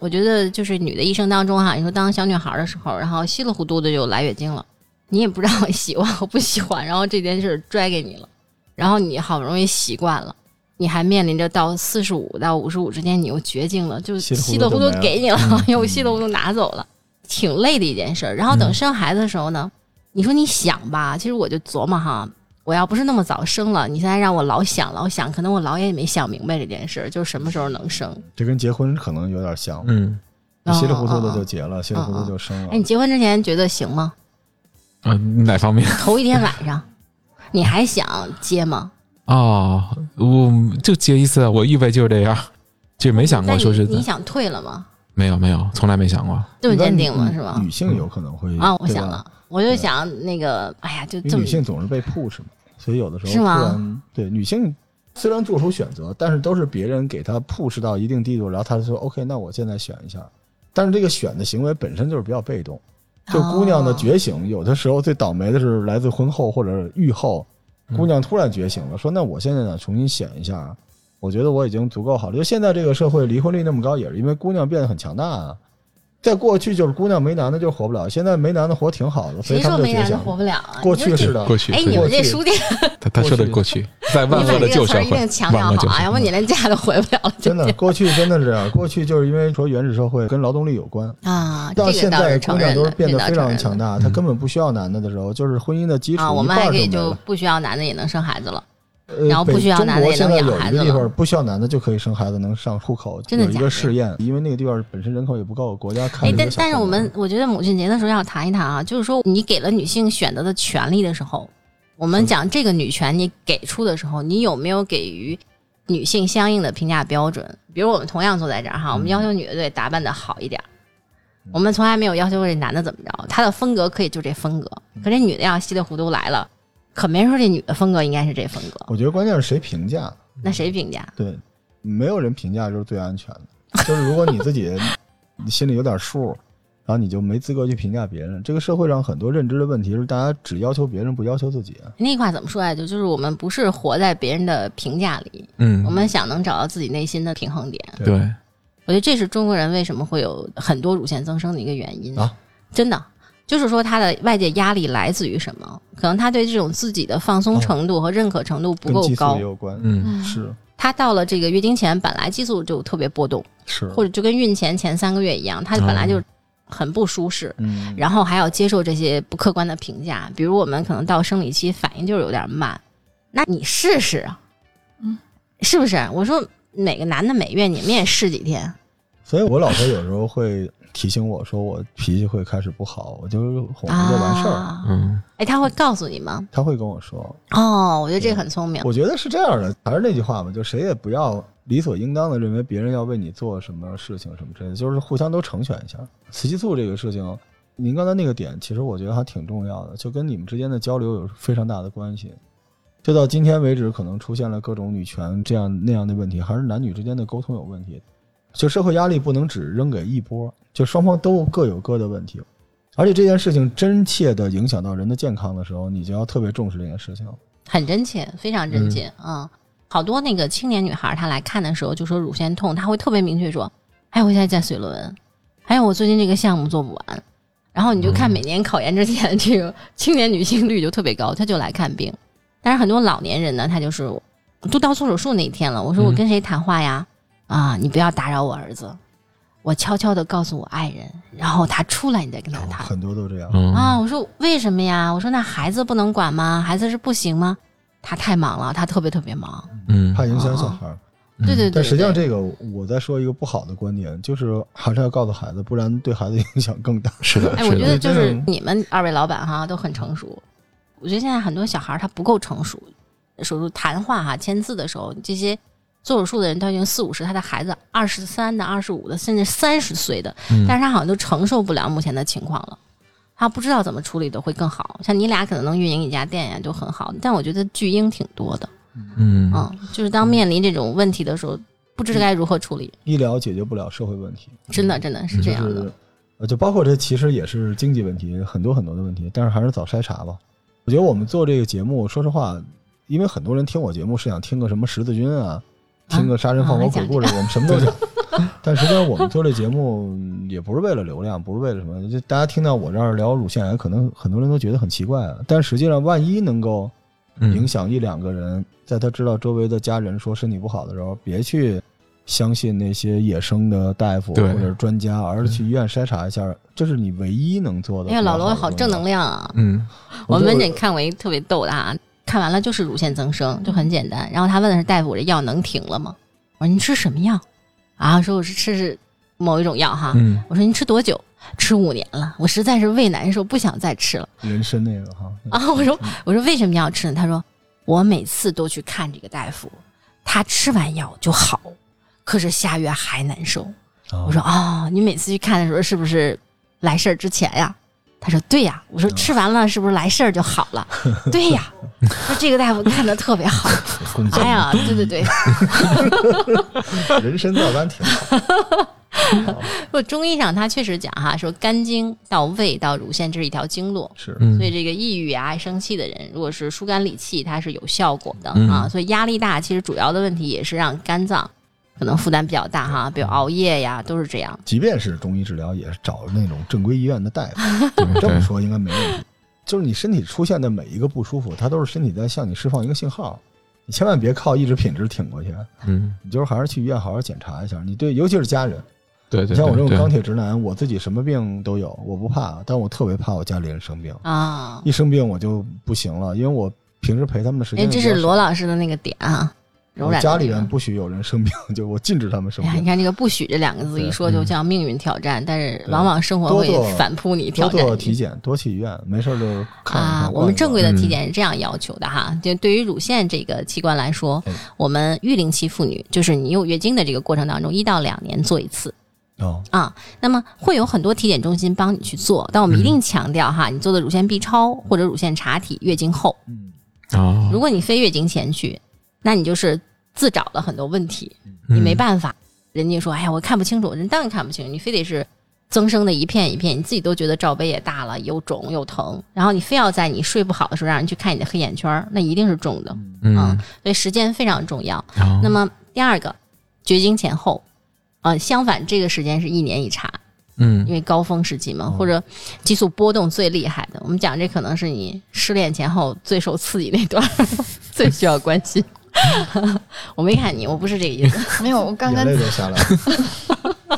Speaker 1: 我觉得就是女的一生当中哈、你说当小女孩的时候，然后稀里糊涂的就来月经了，你也不知道喜欢和不喜欢，然后这件事儿拽给你了，然后你好不容易习惯了，你还面临着到四十五到五十五之间你又绝境了，就
Speaker 2: 稀里糊涂
Speaker 1: 稀里糊涂
Speaker 2: 就没了
Speaker 1: 给你了，
Speaker 3: 嗯
Speaker 1: 又稀里糊涂拿走了。挺累的一件事儿。然后等生孩子的时候呢，你说你想吧，其实我就琢磨哈，我要不是那么早生了，你现在让我老想老想，可能我老也没想明白这件事儿，就是什么时候能生。
Speaker 2: 这跟结婚可能有点像，哦
Speaker 3: 嗯
Speaker 2: 你稀里糊涂的就
Speaker 1: 嗯
Speaker 2: 结了，稀里糊涂就生了
Speaker 1: 哎，。你结婚之前觉得行 吗？
Speaker 3: 啊，哪方面
Speaker 1: 头一天晚上，你还想接吗？
Speaker 3: 啊？我就结一次，我预备就是这样，就没想过
Speaker 1: 但
Speaker 3: 说是
Speaker 1: 你你想退了吗？
Speaker 3: 没有没有，从来没想过。
Speaker 1: 这么
Speaker 2: 一般
Speaker 1: 坚定了
Speaker 2: 女
Speaker 1: 是吗？
Speaker 2: 女性有可能会
Speaker 1: 啊，我
Speaker 2: 对吧
Speaker 1: 想了，我就想那个，哎呀，就
Speaker 2: 因
Speaker 1: 这
Speaker 2: 为
Speaker 1: 么
Speaker 2: 女性总是被 push 嘛，所以有的时候
Speaker 1: 是吗
Speaker 2: 突然对女性虽然做出选择，但是都是别人给她 push 到一定地步，然后她就说 OK，那我现在选一下。但是这个选的行为本身就是比较被动，就姑娘
Speaker 1: 哦
Speaker 2: 的觉醒，有的时候最倒霉的是来自婚后或者育后，姑娘突然觉醒了，说那我现在想重新选一下，我觉得我已经足够好了。就现在这个社会离婚率那么高，也是因为姑娘变得很强大啊。在过去就是姑娘没男的就活不了，现在没男的活挺好的，所以
Speaker 1: 谁
Speaker 2: 他
Speaker 1: 说
Speaker 2: 们
Speaker 1: 没
Speaker 2: 就觉
Speaker 1: 男
Speaker 2: 醒
Speaker 1: 的
Speaker 2: 了。
Speaker 1: 活不了啊？
Speaker 2: 过
Speaker 1: 你
Speaker 2: 去
Speaker 1: 就这
Speaker 2: 是的，
Speaker 3: 过去，
Speaker 1: 哎，
Speaker 3: 对
Speaker 1: 你们这书 店，
Speaker 3: 他他说的
Speaker 2: 过
Speaker 3: 过去，在
Speaker 1: 你
Speaker 3: 万
Speaker 1: 把
Speaker 3: 恶的
Speaker 1: 这
Speaker 3: 旧
Speaker 1: 个
Speaker 3: 社
Speaker 1: 词儿一
Speaker 3: 会
Speaker 1: 定，强
Speaker 3: 万
Speaker 1: 调
Speaker 3: 恶
Speaker 1: 好
Speaker 3: 旧社
Speaker 1: 啊，要不
Speaker 3: 会。
Speaker 1: 你连家都回不了了。
Speaker 2: 真的，过去真的是 这样。过去就是因为说原始社会跟劳动力有关，
Speaker 1: 啊，
Speaker 2: 到
Speaker 1: 这个
Speaker 2: 现
Speaker 1: 倒
Speaker 2: 在
Speaker 1: 是
Speaker 2: 姑
Speaker 1: 承
Speaker 2: 娘
Speaker 1: 认
Speaker 2: 都
Speaker 1: 的，
Speaker 2: 是变
Speaker 1: 这
Speaker 2: 得
Speaker 1: 倒
Speaker 2: 非
Speaker 1: 承
Speaker 2: 常
Speaker 1: 认
Speaker 2: 强
Speaker 1: 的啊
Speaker 2: 大，她根本不需要男的的时候，就是婚姻的基础
Speaker 1: 啊，我
Speaker 2: 一
Speaker 1: 们
Speaker 2: 半
Speaker 1: 还
Speaker 2: 儿
Speaker 1: 可以
Speaker 2: 没
Speaker 1: 就
Speaker 2: 了。
Speaker 1: 不需要男的也能生孩子了，
Speaker 2: 呃
Speaker 1: 然后不需要男的
Speaker 2: 北
Speaker 1: 也能
Speaker 2: 中国
Speaker 1: 养
Speaker 2: 现在有
Speaker 1: 孩
Speaker 2: 一
Speaker 1: 子
Speaker 2: 个地
Speaker 1: 了
Speaker 2: 方不需要男的就可以生孩子，能上户口，
Speaker 1: 真的
Speaker 2: 有一
Speaker 1: 假的
Speaker 2: 个试验，因为那个地方本身人口也不够，国家看
Speaker 1: 哎
Speaker 2: 着，
Speaker 1: 但
Speaker 2: 就小啊
Speaker 1: 但是
Speaker 2: 户
Speaker 1: 我
Speaker 2: 口
Speaker 1: 们我觉得母亲节的时候要谈一谈啊，就是说你给了女性选择的权利的时候，我
Speaker 2: 嗯
Speaker 1: 们讲这个女权你给出的时候，你有没有给予女性相应的评价标准？比如我们同样坐在这儿
Speaker 2: 嗯
Speaker 1: 哈，我们要求女的得打扮的好一点儿，我们从来没有要求过这男的怎么着，他的风格可以就这风格，
Speaker 2: 嗯
Speaker 1: 可这女的要稀里糊涂来了，可没人说这女的风格应该是这风格，
Speaker 2: 我觉得关键是谁评价，
Speaker 1: 那谁评价？
Speaker 2: 对，没有人评价就是最安全的，就是如果你自己 你心里有点数，然后你就没资格去评价别人。这个社会上很多认知的问题是大家只要求别人，不要求自己。啊
Speaker 1: 那句话怎么说来着？就是我们不是活在别人的评价里，我
Speaker 3: 嗯，
Speaker 1: 们想能找到自己内心的平衡点。
Speaker 3: 对，
Speaker 1: 我觉得这是中国人为什么会有很多乳腺增生的一个原因
Speaker 2: 啊，
Speaker 1: 真的。就是说，他的外界压力来自于什么？可能他对这种自己的放松程度和认可程度不
Speaker 2: 哦跟
Speaker 1: 够
Speaker 2: 激素
Speaker 1: 高
Speaker 2: 也。有关。
Speaker 3: 嗯
Speaker 4: 嗯
Speaker 2: 是
Speaker 1: 他到了这个月经前，本来激素就特别波动，
Speaker 2: 是，哦
Speaker 1: 或者就跟孕前前三个月一样，他本来就很不舒适，
Speaker 2: 嗯，
Speaker 1: 然后还要接受这些不客观的评价。比如我们可能到生理期反应就是有点慢，那你试试啊，
Speaker 4: 嗯，
Speaker 1: 是不是？我说每个男的每月你们也试几天，
Speaker 2: 所以我老婆有时候会提醒我说我脾气会开始不好，我就是哄着就完事儿。
Speaker 1: 啊。
Speaker 3: 嗯，
Speaker 1: 哎，他会告诉你吗？
Speaker 2: 她会跟我说，
Speaker 1: 哦，我觉得这个很聪明。
Speaker 2: 我觉得是这样的，还是那句话吧，就谁也不要理所应当的认为别人要为你做什么事情什么之类的，就是互相都成全一下。雌激素这个事情，您刚才那个点，其实我觉得还挺重要的，就跟你们之间的交流有非常大的关系。就到今天为止，可能出现了各种女权这样那样的问题，还是男女之间的沟通有问题。就社会压力不能只扔给一波，就双方都各有各的问题，而且这件事情真切的影响到人的健康的时候，你就要特别重视这件事情。
Speaker 1: 很真切，非常真切嗯，好多那个青年女孩儿她来看的时候就说乳腺痛，她会特别明确说，哎，我现在在水轮，还有我最近这个项目做不完。然后你就看每年考研之前，这个青年女性率就特别高，她就来看病。但是很多老年人呢，他就是都到做手术那一天了，我说我跟谁谈话呀？啊，你不要打扰我儿子，我悄悄的告诉我爱人，然后他出来你再跟他谈。
Speaker 2: 很多都这样。
Speaker 3: 嗯，
Speaker 1: 啊，我说为什么呀？我说那孩子不能管吗？孩子是不行吗？他太忙了，他特别特别忙。
Speaker 3: 嗯，
Speaker 2: 怕影响小孩儿。
Speaker 1: 对啊对对
Speaker 2: 但实际上，
Speaker 1: 对
Speaker 2: 这个我再说一个不好的观点，就是还是要告诉孩子，不然对孩子影响更大。
Speaker 3: 是的，
Speaker 1: 哎，我
Speaker 3: 是
Speaker 1: 觉
Speaker 3: 的，
Speaker 1: 得就
Speaker 2: 这
Speaker 1: 是
Speaker 2: 种
Speaker 1: 你们二位老板哈都很成熟。我觉得现在很多小孩儿他不够成熟，手术谈话哈、签字的时候，这些做手术的人都已经四五十，他的孩子二十三的、二十五的，甚至三十岁的，
Speaker 3: 嗯
Speaker 1: 但是他好像都承受不了目前的情况了。他不知道怎么处理的会更好，像你俩可能能运营一家店呀，就很好。但我觉得巨婴挺多的，
Speaker 3: 嗯
Speaker 1: 嗯，就是当面临这种问题的时候，不知该如何处理，
Speaker 2: 医疗解决不了社会问题，
Speaker 1: 真
Speaker 3: 嗯
Speaker 1: 的真的是这样
Speaker 2: 就
Speaker 1: 的
Speaker 2: 是。呃，就包括这其实也是经济问题，很多很多的问题。但是还是早筛查吧。我觉得我们做这个节目，说实话，因为很多人听我节目是想听个什么十字军啊，听个杀人放火鬼
Speaker 1: 啊
Speaker 2: 故事，我们什么都讲。 但实际上，我们做这节目嗯也不是为了流量，不是为了什么。就大家听到我这儿聊乳腺癌，可能很多人都觉得很奇怪啊。但实际上，万一能够
Speaker 3: 嗯
Speaker 1: 嗯
Speaker 2: 影响一两个人，在他知道周围的家人说身体不好的时候，别去相信那些野生的大夫
Speaker 3: 对
Speaker 2: 或者专家，而是去医院筛查一下，这是你唯一能做的。
Speaker 1: 哎呀，老罗
Speaker 2: 罗
Speaker 1: 好正能
Speaker 2: 量。
Speaker 1: 量啊！
Speaker 3: 嗯，
Speaker 1: 我
Speaker 2: 觉
Speaker 1: 们
Speaker 2: 得
Speaker 1: 得看过一特别逗的啊，看完了就是乳腺增生，就很简单。然后他问的是大夫，我这药能停了吗？我说你吃什么药？啊，说我是吃是某一种药哈。
Speaker 3: 嗯，
Speaker 1: 我说您吃多久？吃五年了，我实在是胃难受，不想再吃了
Speaker 2: 人参那个哈
Speaker 1: 啊！我说我说为什么要吃呢？他说我每次都去看这个大夫，他吃完药就好，可是下月还难受。我说哦，你每次去看的时候是不是来事儿之前呀？他说对呀。我说吃完了是不是来事儿就好了？对呀。说这个大夫看的特别好，
Speaker 2: 工作
Speaker 1: 哎呀，对对对，
Speaker 2: 人参皂苷挺好。
Speaker 1: 说中医上他确实讲哈，说肝经到胃到乳腺这是一条经络，
Speaker 2: 是，
Speaker 3: 嗯
Speaker 1: 所以这个抑郁啊、爱生气的人，如果是疏肝理气，它是有效果的、
Speaker 3: 嗯
Speaker 1: 啊。所以压力大，其实主要的问题也是让肝脏可能负担比较大哈，比
Speaker 2: 嗯
Speaker 1: 如熬夜呀，都是这样。
Speaker 2: 即便是中医治疗，也是找那种正规医院的大夫。
Speaker 3: 对
Speaker 2: 这
Speaker 3: 对
Speaker 2: 么说应该没问题。就是你身体出现的每一个不舒服，它都是身体在向你释放一个信号，你千万别靠意志品质挺过去，
Speaker 3: 嗯，
Speaker 2: 你就是还是去医院好好检查一下。你对，尤其是家人，
Speaker 3: 对
Speaker 2: 你
Speaker 3: 对，
Speaker 2: 像我这种
Speaker 3: 对
Speaker 2: 钢铁直男，我自己什么病都有，我不怕，但我特别怕我家里人生病，
Speaker 1: 啊，
Speaker 2: 一生病我就不行了，因为我平时陪他们的时
Speaker 1: 哎，
Speaker 2: 间。
Speaker 1: 这是罗，老师的那个点啊，柔
Speaker 2: 我
Speaker 1: 软的
Speaker 2: 家
Speaker 1: 地
Speaker 2: 里人
Speaker 1: 方
Speaker 2: 不许有人生病，就我禁止他们生
Speaker 1: 哎呀，你
Speaker 2: 病。
Speaker 1: 看这个“不许”这两个字
Speaker 2: 对
Speaker 1: 一说，就
Speaker 3: 嗯
Speaker 1: 像命运挑战，但是
Speaker 2: 对
Speaker 1: 往往生活
Speaker 2: 多
Speaker 1: 会
Speaker 2: 做
Speaker 1: 反扑你、
Speaker 2: 多
Speaker 1: 挑战
Speaker 2: 做
Speaker 1: 你
Speaker 2: 体检，多去医院，没事儿就看一
Speaker 1: 啊
Speaker 2: 看。
Speaker 1: 我们正规
Speaker 2: 的
Speaker 1: 的体
Speaker 3: 嗯
Speaker 1: 检是这样要求的哈，就对于乳腺这个器官来说
Speaker 2: 哎，
Speaker 1: 我们育龄期妇女，就是你有月经的这个过程当中，一到两年做一次
Speaker 2: 哦，
Speaker 1: 啊。那么会有很多体检中心帮你去做，但我们一定强调哈，你做的乳腺 B 超或者乳腺查体，月经后，
Speaker 2: 嗯，
Speaker 3: 啊，
Speaker 1: 如果你非月经前去，那你就是自找了很多问题。
Speaker 3: 你
Speaker 1: 你没办法。人家说：“哎呀，我看不清楚。”人当然看不清，你非得是增生的一片一片，你自己都觉得罩杯也大了，有肿有疼，然后你非要在你睡不好的时候让人去看你的黑眼圈儿，那一定是肿的。
Speaker 3: 嗯，
Speaker 1: 啊所以时间非常重要。
Speaker 3: 啊
Speaker 1: 那么第二个，绝经前后，呃，相反这个时间是一年一查，
Speaker 3: 嗯
Speaker 1: 因为高峰时期嘛，
Speaker 2: 嗯
Speaker 1: 或者激素波动最厉害的。我们讲这可能是你失恋前后最受刺激那段儿， 最需要关心。 我没看你，我不是这个意思。
Speaker 4: 没有，我刚刚
Speaker 2: 眼泪都下来了。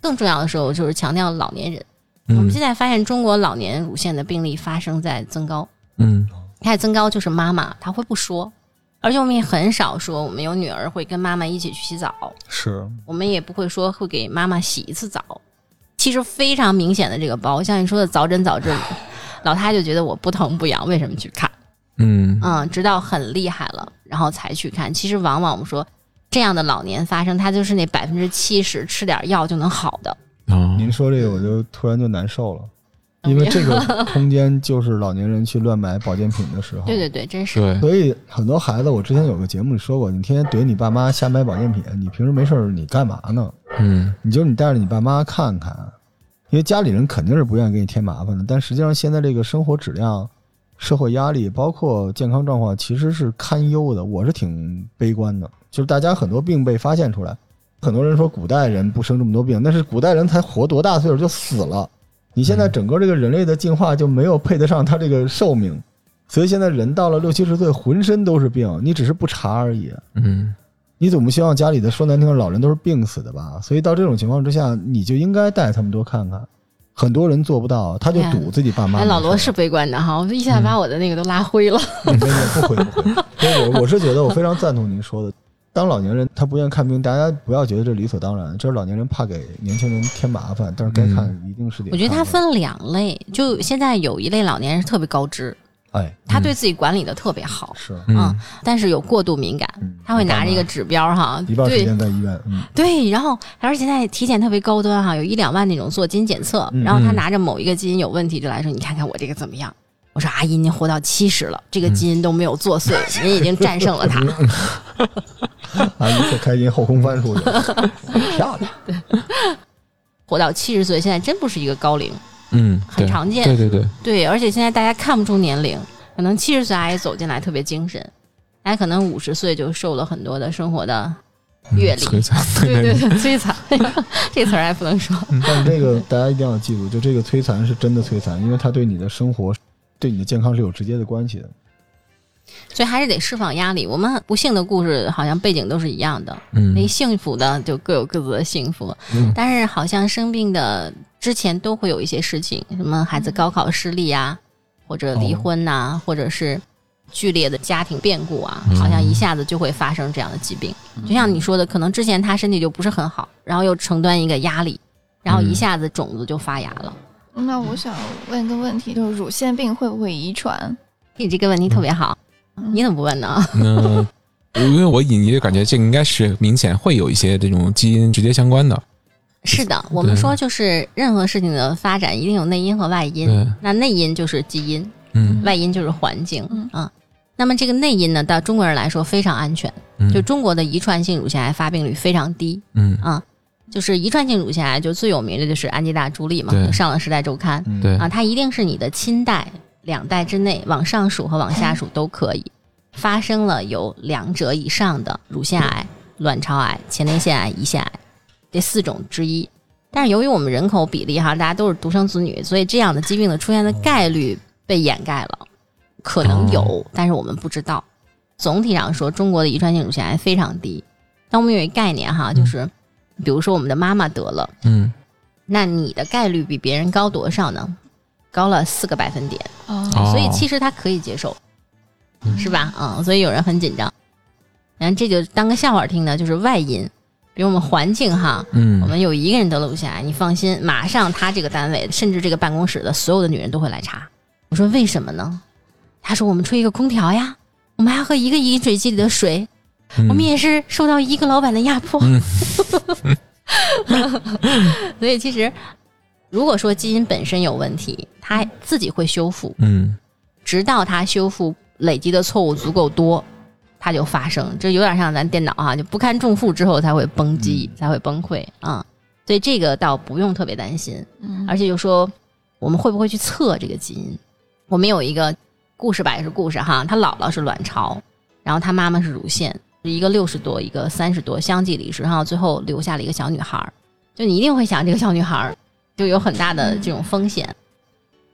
Speaker 1: 更重要的时候就是强调老年人。我们
Speaker 3: 嗯
Speaker 1: 现在发现中国老年乳腺的病例发生在增高，
Speaker 3: 嗯
Speaker 1: 它的增高就是妈妈她会不说，而且我们也很少说我们有女儿会跟妈妈一起去洗澡，
Speaker 2: 是，
Speaker 1: 我们也不会说会给妈妈洗一次澡。其实非常明显的这个包，像你说的早诊早治，老太太就觉得我不疼不痒，为什么去看？
Speaker 3: 嗯
Speaker 1: 嗯，直到很厉害了，然后才去看。其实往往我们说这样的老年发生，它就是那百分之七十吃点药就能好的。
Speaker 2: 哦
Speaker 3: 啊，
Speaker 2: 您说这个我就突然就难受了，因为这个空间就是老年人去乱买保健品的时候。
Speaker 1: 对对。对，真是。哎
Speaker 3: 对，
Speaker 2: 所以很多孩子，我之前有个节目里说过，你天天怼你爸妈瞎买保健品，你平时没事儿你干嘛呢？
Speaker 3: 嗯
Speaker 2: 你就你带着你爸妈看看，因为家里人肯定是不愿意给你添麻烦的。但实际上现在这个生活质量、社会压力，包括健康状况，其实是堪忧的。我是挺悲观的，就是大家很多病被发现出来。很多人说古代人不生这么多病，但是古代人才活多大岁数就死了。你现在整个这个人类的进化就没有配得上他这个寿命，所以现在人到了六七十岁，浑身都是病，你只是不查而已。
Speaker 3: 嗯
Speaker 2: 你总不希望家里的说难听的老人都是病死的吧？所以到这种情况之下，你就应该带他们多看看。很多人做不到，他就
Speaker 1: 哎呀
Speaker 2: 堵自己爸妈。嗯
Speaker 1: 哎，老罗是悲观的哈，我一下把我的那个都拉灰了。
Speaker 2: 没有不会不会，所以我我是觉得我非常赞同您说的。当老年人他不愿意看病，大家不要觉得这理所当然，这是老年人怕给年轻人添麻烦，但是该看一定是得看的。
Speaker 1: 我觉得他分两类，就现在有一类老年人是特别高知，
Speaker 2: 哎
Speaker 1: 他对自己管理的特别好，
Speaker 2: 是
Speaker 3: 嗯
Speaker 1: 但是有过度敏感
Speaker 2: 嗯，
Speaker 1: 他会拿着一个指标哈，
Speaker 2: 一半时
Speaker 1: 对
Speaker 2: 间在医院，嗯，
Speaker 1: 对，然后而且现在体检特别高端哈，有一两万那种做基因检测，
Speaker 2: 嗯
Speaker 1: 然后他拿着某一个基因有问题就来说，你看看我这个怎么样？我说阿姨，您活到七十了，这个基因都没有作 祟，您已经战胜了它。
Speaker 2: 阿姨可开心后空翻出 去，漂亮。
Speaker 1: 活到七十岁，现在真不是一个高龄，
Speaker 3: 嗯，
Speaker 1: 很常见。
Speaker 3: 对对对，
Speaker 1: 对，而且现在大家看不出年龄，可能七十岁阿姨走进来特别精神，大家可能五十岁就受了很多的生活的
Speaker 3: 嗯
Speaker 1: 阅历，
Speaker 3: 摧残，
Speaker 1: 对对对，摧残， 这词儿还不能说。
Speaker 2: 但这个大家一定要记住，就这个摧残是真的摧残，因为它对你的生活、对你的健康是有直接的关系的。
Speaker 1: 所以还是得释放压力。我们不幸的故事好像背景都是一样的，那
Speaker 3: 嗯
Speaker 1: 幸福的就各有各自的幸福，
Speaker 3: 嗯
Speaker 1: 但是好像生病的之前都会有一些事情，什么孩子高考失利啊，或者离婚呐、或者是剧烈的家庭变故啊，
Speaker 3: 哦嗯
Speaker 1: 好像一下子就会发生这样的疾病。就像你说的，可能之前他身体就不是很好，然后又承担一个压力，
Speaker 3: 嗯
Speaker 1: 然后一下子种子就发芽了。
Speaker 4: 那我想问个问题，就是乳腺病会不会遗传？
Speaker 1: 你这个问题特别好，
Speaker 3: 嗯
Speaker 1: 你怎么不问呢？
Speaker 3: 那因为我隐约感觉这个应该是明显会有一些这种基因直接相关的，
Speaker 1: 是的，我们
Speaker 3: 对
Speaker 1: 说就是任何事情的发展一定有内因和外因，
Speaker 3: 对，
Speaker 1: 那内因就是基因，
Speaker 3: 嗯
Speaker 1: 外因就是环境，
Speaker 4: 嗯
Speaker 1: 啊。那么这个内因呢，到中国人来说非常安全，
Speaker 3: 嗯，
Speaker 1: 就中国的遗传性乳腺癌发病率非常低
Speaker 3: 嗯
Speaker 1: 啊。就是遗传性乳腺癌，就最有名的就是安吉娜·朱莉嘛，
Speaker 3: 对
Speaker 1: 就上了《时代周刊
Speaker 2: 嗯》
Speaker 3: 对，
Speaker 1: 啊，它一定是你的亲代、两代之内，往上数和往下数都可以，发生了有两者以上的乳腺癌、卵巢癌、前列腺癌、胰腺癌这四种之一。但是由于我们人口比例哈，大家都是独生子女，所以这样的疾病的出现的概率被掩盖了，可能有，但是我们不知道。总体上说，中国的遗传性乳腺癌非常低。但我们有一个概念哈，就是比如说我们的妈妈得了，
Speaker 3: 嗯
Speaker 1: 那你的概率比别人高多少呢？高了四个百分点，
Speaker 4: 哦
Speaker 3: 哦
Speaker 1: 所以其实他可以接受，
Speaker 3: 嗯
Speaker 1: 是吧？嗯，所以有人很紧张，然后这就当个笑话听呢，就是外因，比如我们环境哈，我
Speaker 3: 嗯
Speaker 1: 们有一个人得了乳腺癌，你放心，马上他这个单位甚至这个办公室的所有的女人都会来查。我说为什么呢？他说我们吹一个空调呀，我们还喝一个饮水机里的水，
Speaker 3: 嗯，
Speaker 1: 我们也是受到一个老板的压迫。
Speaker 3: 嗯
Speaker 1: 所以其实，如果说基因本身有问题，它自己会修复，
Speaker 3: 嗯
Speaker 1: 直到它修复累积的错误足够多，它就发生。这有点像咱电脑啊，就不堪重负之后才会崩机，才会崩溃啊、所以这个倒不用特别担心。
Speaker 4: 嗯
Speaker 1: 而且就说我们会不会去测这个基因？我们有一个故事吧，也是故事哈，她姥姥是卵巢，然后她妈妈是乳腺，一个六十多，一个三十多，相继离世，然后最后留下了一个小女孩儿。就你一定会想，这个小女孩儿就有很大的这种风险，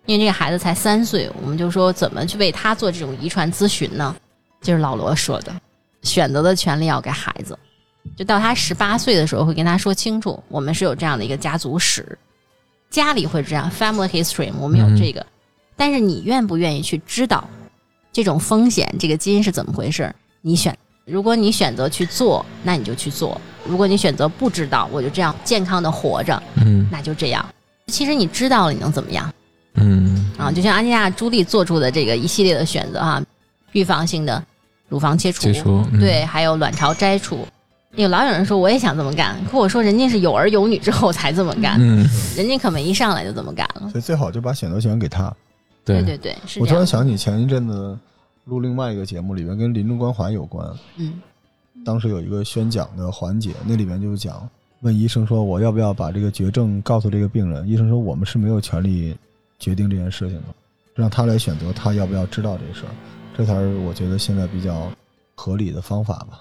Speaker 1: 因为这个孩子才三岁，我们就说怎么去为她做这种遗传咨询呢？就是老罗说的，选择的权利要给孩子。就到他十八岁的时候，会跟他说清楚，我们是有这样的一个家族史，家里会这样 family history，我们有这个，但是你愿不愿意去知道这种风险，这个基因是怎么回事儿？你选，如果你选择去做，那你就去做；如果你选择不知道，我就这样健康的活着，
Speaker 3: 嗯
Speaker 1: 那就这样。其实你知道了，你能怎么样
Speaker 3: 嗯
Speaker 1: 啊？就像安吉娜·朱莉做出的这个一系列的选择啊，预防性的乳房切除，
Speaker 3: 解除，嗯
Speaker 1: 对，还有卵巢摘除。有老有人说我也想这么干，可我说人家是有儿有女之后才这么干，
Speaker 3: 嗯
Speaker 1: 人家可没一上来就这么干了。
Speaker 2: 所以最好就把选择权给他。
Speaker 1: 对
Speaker 3: 对
Speaker 1: 对对，是
Speaker 2: 我
Speaker 1: 这样
Speaker 2: 突然
Speaker 1: 的。
Speaker 2: 想起前一阵子录另外一个节目，里面跟临终关怀有关，
Speaker 1: 嗯，
Speaker 2: 当时有一个宣讲的环节，那里面就讲问医生说我要不要把这个绝症告诉这个病人，医生说我们是没有权利决定这件事情的，让他来选择他要不要知道这事儿，这才是我觉得现在比较合理的方法吧。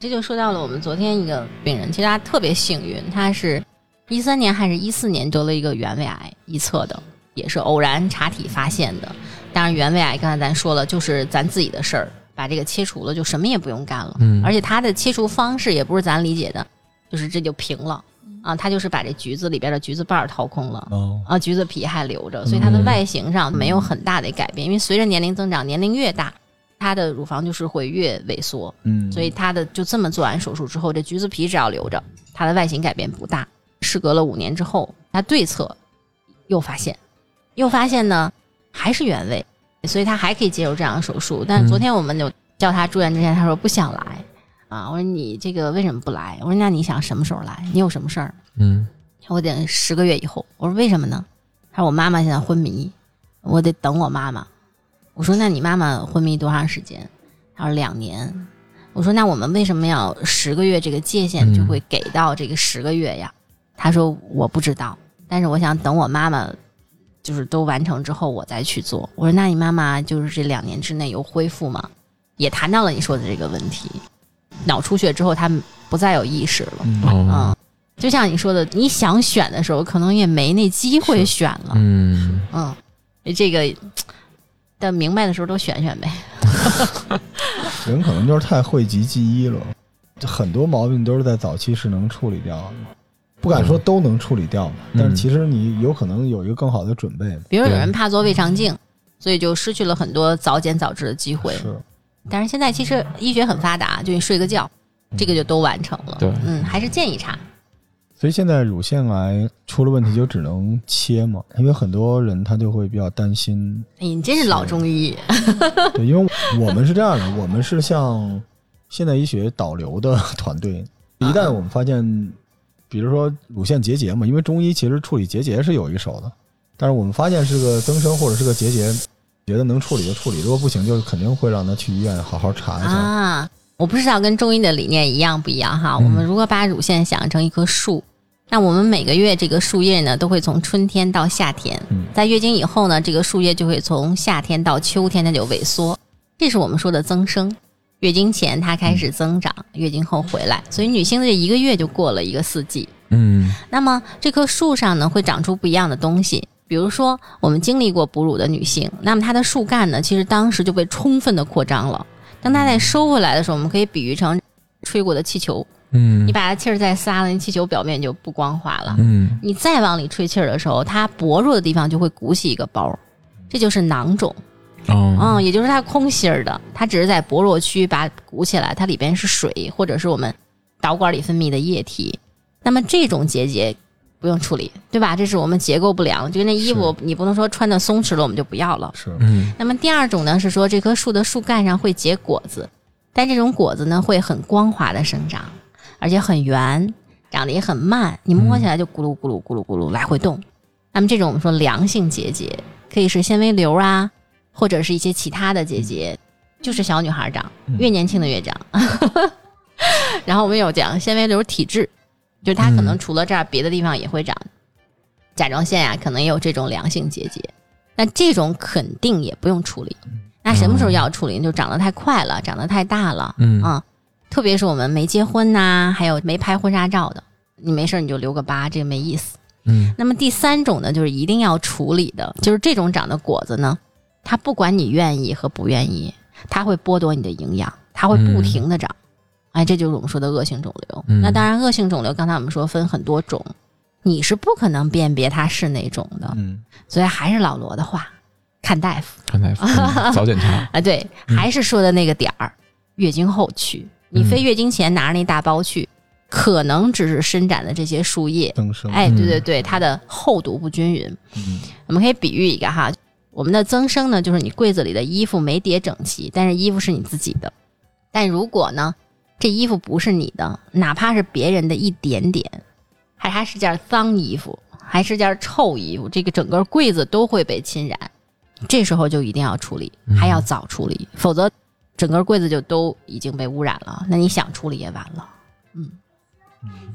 Speaker 1: 这就说到了我们昨天一个病人，其实他特别幸运，他是一三年还是一四年得了一个原位癌，一侧的，也是偶然查体发现的。当然，原位癌刚才咱说了，就是咱自己的事儿，把这个切除了，就什么也不用干了。
Speaker 3: 嗯
Speaker 1: 而且他的切除方式也不是咱理解的，就是这就平了啊，他就是把这橘子里边的橘子瓣儿掏空了。
Speaker 2: 哦，
Speaker 1: 啊，橘子皮还留着，所以它的
Speaker 3: 嗯
Speaker 1: 外形上没有很大的改变，因为随着年龄增长，年龄越大，它的乳房就是会越萎缩，
Speaker 2: 嗯，
Speaker 1: 所以它的就这么做完手术之后，这橘子皮只要留着，它的外形改变不大。事隔了五年之后，它对侧又发现，又发现呢还是原位，所以他还可以接受这样的手术。但是昨天我们就叫他住院之前，他说不想来啊。我说你这个为什么不来？我说那你想什么时候来？你有什么事儿？
Speaker 3: 嗯
Speaker 1: 我得十个月以后。我说为什么呢？他说我妈妈现在昏迷，我得等我妈妈。我说那你妈妈昏迷多长时间？他说两年。我说那我们为什么要十个月这个界限
Speaker 3: 嗯
Speaker 1: 就会给到这个十个月呀？他说我不知道，但是我想等我妈妈就是都完成之后我再去做。我说那你妈妈就是这两年之内有恢复吗？也谈到了你说的这个问题，脑出血之后她不再有意识了。
Speaker 2: 嗯，
Speaker 3: 哦
Speaker 1: 嗯，就像你说的，你想选的时候，可能也没那机会选了。
Speaker 3: 嗯
Speaker 1: 嗯，这个，哎但明白的时候多选选呗。
Speaker 2: 人可能就是太讳疾忌医了，就很多毛病都是在早期是能处理掉的，不敢说都能处理掉，但是其实你有可能有一个更好的准备。
Speaker 1: 比如有
Speaker 3: 对
Speaker 1: 人怕做胃肠镜，所以就失去了很多早检早治的机会。
Speaker 2: 是，
Speaker 1: 但是现在其实医学很发达，就你睡个觉，这个就都完成了。
Speaker 3: 对
Speaker 1: 嗯，还是建议查。
Speaker 2: 所以现在乳腺癌出了问题就只能切嘛，因为很多人他就会比较担心
Speaker 1: 哎，你真是老中医，
Speaker 2: 对，因为我们是这样的，我们是向现代医学导流的 团队。一旦我们发现，比如说乳腺结节嘛，因为中医其实处理结节是有一手的，但是我们发现是个增生或者是个结节，觉得能处理就处理，如果不行，就肯定会让他去医院好好查一下。
Speaker 1: 啊，我不知道跟中医的理念一样不一样哈。我们如果把乳腺想成一棵树，那我们每个月这个树叶呢，都会从春天到夏天，
Speaker 2: 嗯
Speaker 1: 在月经以后呢，这个树叶就会从夏天到秋天它就萎缩，这是我们说的增生。月经前它开始增长，月经后回来，所以女性的这一个月就过了一个四季。
Speaker 3: 嗯
Speaker 1: 那么这棵树上呢，会长出不一样的东西。比如说，我们经历过哺乳的女性，那么她的树干呢，其实当时就被充分的扩张了。当它再收回来的时候，我们可以比喻成吹过的气球，
Speaker 3: 嗯
Speaker 1: 你把它气儿再撒了，那气球表面就不光滑了。
Speaker 3: 嗯
Speaker 1: 你再往里吹气儿的时候，它薄弱的地方就会鼓起一个包，这就是囊肿。
Speaker 3: 哦
Speaker 1: 嗯，也就是它空心儿的，它只是在薄弱区把它鼓起来，它里边是水或者是我们导管里分泌的液体。那么这种结节不用处理，对吧？这是我们结构不良，就跟那衣服你不能说穿的松弛了我们就不要了。
Speaker 2: 是，
Speaker 3: 嗯
Speaker 1: 那么第二种呢是说这棵树的树干上会结果子，但这种果子呢会很光滑的生长，而且很圆，长得也很慢，你摸起来就咕噜咕噜咕噜咕噜来回动。那么这种我们说良性结节，可以是纤维瘤啊，或者是一些其他的结节，就是小女孩长，越年轻的越长。 然后我们有讲纤维瘤体质，就是它可能除了这儿，别的地方也会长。甲状腺啊呀、可能也有这种良性结节，那这种肯定也不用处理。
Speaker 3: 嗯
Speaker 1: 那什么时候要处理？就长得太快了，长得太大了，
Speaker 3: 嗯
Speaker 1: 啊，特别是我们没结婚呐、还有没拍婚纱照的，你没事儿你就留个疤，这个没意思。
Speaker 3: 嗯
Speaker 1: 那么第三种呢，就是一定要处理的，就是这种长的果子呢，它不管你愿意和不愿意，它会剥夺你的营养，它会不停的长。哎，这就是我们说的恶性肿瘤。
Speaker 3: 嗯
Speaker 1: 那当然，恶性肿瘤刚才我们说分很多种，你是不可能辨别它是哪种的，
Speaker 2: 嗯，
Speaker 1: 所以还是老罗的话，看大夫。
Speaker 3: 看 大夫嗯早检查，
Speaker 1: 啊，对，还是说的那个点儿，月经后去，你非月经前拿着那大包去，可能只是伸展的这些树叶，
Speaker 2: 增生，
Speaker 1: 哎，对对
Speaker 3: 嗯
Speaker 1: 对，它的厚度不均匀。
Speaker 2: 嗯
Speaker 1: 我们可以比喻一个哈，我们的增生呢，就是你柜子里的衣服没叠整齐，但是衣服是你自己的，但如果呢，这衣服不是你的，哪怕是别人的一点点，还还是件脏衣服，还是件臭衣服，这个整个柜子都会被侵染。这时候就一定要处理，还
Speaker 2: 嗯
Speaker 1: 要早处理，否则整个柜子就都已经被污染了。那你想处理也晚了，嗯。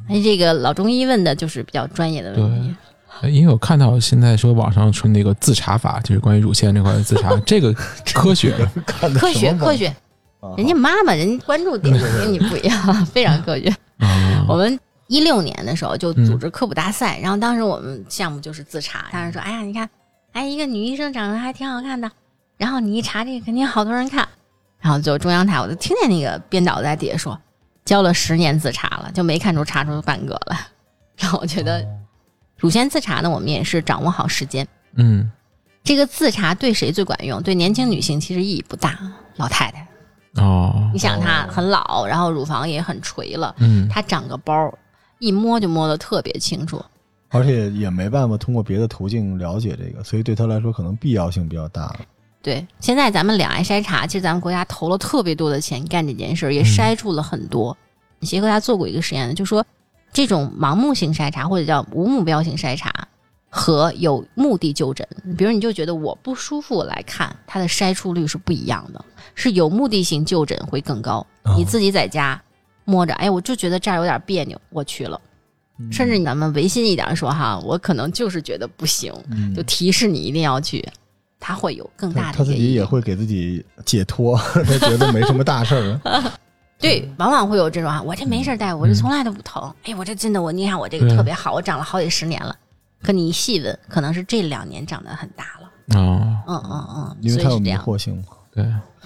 Speaker 1: 哎，这个老中医问的就是比较专业的问题，
Speaker 3: 哎因为我看到现在说网上出那个自查法，就是关于乳腺这块的自查，这个科学 的，
Speaker 2: 看的
Speaker 1: 科
Speaker 2: 什
Speaker 1: 学
Speaker 2: 么
Speaker 1: 科学，
Speaker 2: 网啊
Speaker 1: 人家妈妈人家关注点就跟你不一 样，非常科学。
Speaker 3: 啊
Speaker 1: 我们一六年的时候就组织科普大赛，然后当时我们项目就是自查，当时说，哎呀，你看，哎，一个女医生长得还挺好看的，然后你一查这个，肯定好多人看，然后就中央台，我就听见那个编导在底下说，教了十年自查了，就没看出查出半个来， 然后我觉得乳腺自查呢，我们也是掌握好时间。
Speaker 3: 嗯
Speaker 1: 这个自查对谁最管用？对年轻女性其实意义不大，老太太，
Speaker 3: 哦
Speaker 1: 你想她很老，然后乳房也很垂了，
Speaker 3: 嗯
Speaker 1: 它长个包，一摸就摸得特别清楚。
Speaker 2: 而且也没办法通过别的途径了解这个，所以对他来说可能必要性比较大。
Speaker 1: 对，现在咱们两癌筛查，其实咱们国家投了特别多的钱干这件事儿，也筛出了很多。协和他做过一个实验，就说这种盲目性筛查或者叫无目标性筛查和有目的就诊，比如你就觉得我不舒服我来看，它的筛出率是不一样的，是有目的性就诊会更高。你自己在家摸着，哎，我就觉得这儿有点别扭，我去了。
Speaker 3: 嗯
Speaker 1: 甚至咱们违心一点说哈，我可能就是觉得不行，
Speaker 2: 嗯
Speaker 1: 就提示你一定要去，它会有更大的
Speaker 2: 他他自
Speaker 1: 一个意
Speaker 2: 己
Speaker 1: 义
Speaker 2: 也会给自己解脱， 他觉得没什么大事儿。
Speaker 1: 对，往往会有这种啊，我这没事儿大夫，
Speaker 2: 嗯
Speaker 1: 我这从来都不疼，哎，我这真的我你看我这个
Speaker 3: 对
Speaker 1: 特别好，我长了好几十年了，可你一细问，可能是这两年长得很大了，
Speaker 3: 哦
Speaker 1: 嗯嗯嗯，
Speaker 2: 因
Speaker 1: 所
Speaker 2: 为它
Speaker 1: 以
Speaker 2: 有
Speaker 1: 是这
Speaker 2: 迷
Speaker 1: 样。
Speaker 2: 惑性嘛。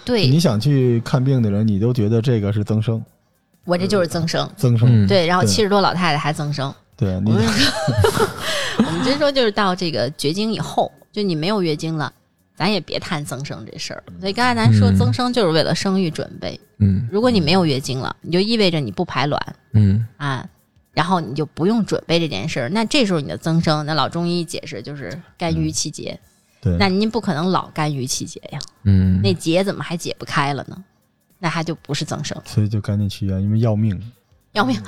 Speaker 3: 对，
Speaker 2: 你
Speaker 1: 对，
Speaker 2: 想去看病的人，你都觉得这个是增生，
Speaker 1: 我这就是增生。
Speaker 2: 增生。
Speaker 3: 嗯
Speaker 1: 对，然后
Speaker 2: 对
Speaker 1: 七十多老太太还增生。
Speaker 2: 对啊你
Speaker 1: 我们 说，我们真说就是到这个绝经以后，就你没有月经了，咱也别谈增生这事儿。所以刚才咱说
Speaker 3: 嗯
Speaker 1: 增生就是为了生育准备。
Speaker 3: 嗯
Speaker 1: 如果你没有月经了，你就意味着你不排卵
Speaker 3: 嗯
Speaker 1: 啊，然后你就不用准备这件事儿。那这时候你的增生，那老中医解释就是肝郁气结。
Speaker 2: 对
Speaker 1: 那您不可能老肝郁气结呀，
Speaker 3: 嗯，
Speaker 1: 那结怎么还解不开了呢？那它就不是增生，
Speaker 2: 所以就赶紧去医院，因为要命。
Speaker 1: 要命！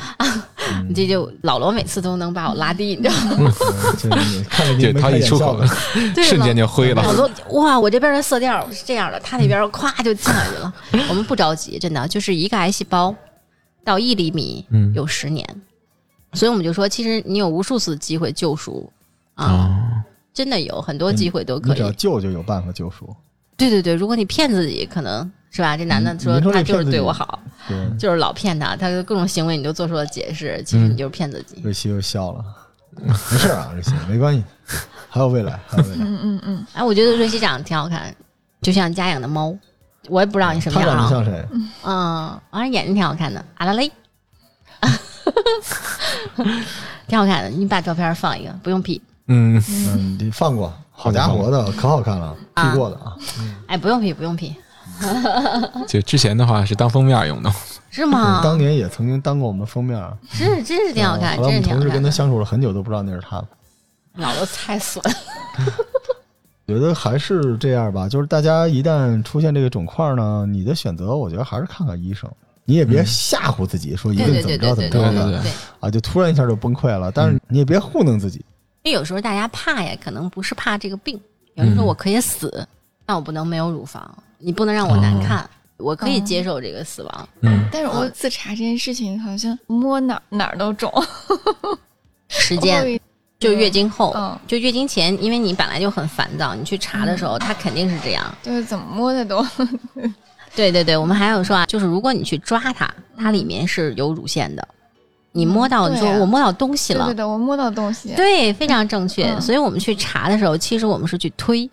Speaker 3: 嗯
Speaker 1: 你这就老罗每次都能把我拉低，你知道 吗？
Speaker 2: 嗯这你看着你没
Speaker 3: 就他
Speaker 2: 开
Speaker 3: 一
Speaker 2: 眼
Speaker 3: 出
Speaker 2: 笑
Speaker 3: 口
Speaker 2: 的，
Speaker 1: 对
Speaker 3: 瞬
Speaker 1: 了
Speaker 3: 间就灰了
Speaker 1: 老。 罗哇，我这边的色调是这样的，他那边咵就进来去了。我们不着急，真的就是一个癌细胞到一厘米
Speaker 3: 嗯
Speaker 1: 有十年，所以我们就说，其实你有无数次机会救赎啊，
Speaker 3: 啊，
Speaker 1: 真的有很多机会都
Speaker 2: 嗯你
Speaker 1: 可
Speaker 2: 只要
Speaker 1: 以。
Speaker 2: 救就有办法救赎。
Speaker 1: 对对对，如果你骗自己，可能是吧？这男的
Speaker 2: 你
Speaker 1: 说
Speaker 2: 嗯你说这
Speaker 1: 他就
Speaker 2: 骗
Speaker 1: 是
Speaker 2: 自
Speaker 1: 对
Speaker 2: 己
Speaker 1: 我好，
Speaker 2: 对，
Speaker 1: 就是老骗他，他的各种行为你都做出了解释，其实你
Speaker 2: 嗯
Speaker 1: 就是骗自己。
Speaker 2: 瑞希又笑了，没事儿啊，瑞希，没关系，还有未来，还有未来。
Speaker 4: 嗯嗯嗯，
Speaker 1: 哎，我觉得瑞希长得挺好看，就像家养的猫，我也不知道你什么
Speaker 2: 他
Speaker 1: 样
Speaker 2: 长得
Speaker 1: 啊。
Speaker 2: 像谁？
Speaker 1: 嗯，反正眼睛挺好看的，阿拉蕾， 挺好看的。你把照片放一个，不用 P，
Speaker 3: 嗯，
Speaker 2: 嗯，你放过，好家伙的，可好看了
Speaker 1: 啊
Speaker 2: ，P 过的啊，
Speaker 1: 哎，不用 P，不用 P，
Speaker 3: 就之前的话是当封面用的，
Speaker 1: 是
Speaker 2: 对当
Speaker 1: 吗？
Speaker 2: 年也曾经当过我们封面儿，
Speaker 1: 是，真是挺好看，
Speaker 2: 后来我
Speaker 1: 真是
Speaker 2: 们
Speaker 1: 挺好
Speaker 2: 同事
Speaker 1: 看
Speaker 2: 跟他
Speaker 1: 的。
Speaker 2: 相处了很久，都不知道那是他。
Speaker 1: 老罗太损，
Speaker 2: 觉得还是这样吧，就是大家一旦出现这个肿块呢，你的选择，我觉得还是看看医生，你也别吓唬自己，说一
Speaker 1: 对对
Speaker 2: 定怎么
Speaker 1: 对
Speaker 2: 着
Speaker 1: 对
Speaker 2: 怎
Speaker 1: 对
Speaker 2: 么着
Speaker 1: 嗯对
Speaker 3: 的
Speaker 2: 的
Speaker 1: 对。嗯
Speaker 2: 啊，就突然一下就崩溃了。但是你也别糊弄自己，
Speaker 1: 因为有时候大家怕呀，可能不是怕这个病，有人说
Speaker 3: 嗯
Speaker 1: 我可以死，但我不能没有乳房，你不能让我难看，我可以
Speaker 4: 嗯
Speaker 1: 接受这个死
Speaker 4: 哦
Speaker 1: 亡。
Speaker 3: 嗯，
Speaker 4: 但是我自查这件事情好像摸哪儿哪儿都肿，
Speaker 1: 时
Speaker 4: 时
Speaker 1: 间就月经后，
Speaker 4: 嗯
Speaker 1: 就月经前，因为你本来就很烦躁，你去查的时候，它肯定是这样。
Speaker 4: 就是怎么摸的都，
Speaker 1: 对对对，我们还有说啊，就是如果你去抓它，它里面是有乳腺的，你摸到，
Speaker 4: 嗯
Speaker 1: 你说
Speaker 4: 对啊
Speaker 1: 我摸到东西
Speaker 4: 对
Speaker 1: 了
Speaker 4: 对，对，我摸到东西，
Speaker 1: 对非常正确。
Speaker 4: 嗯
Speaker 1: 所以我们去查的时候，其实我们是去推，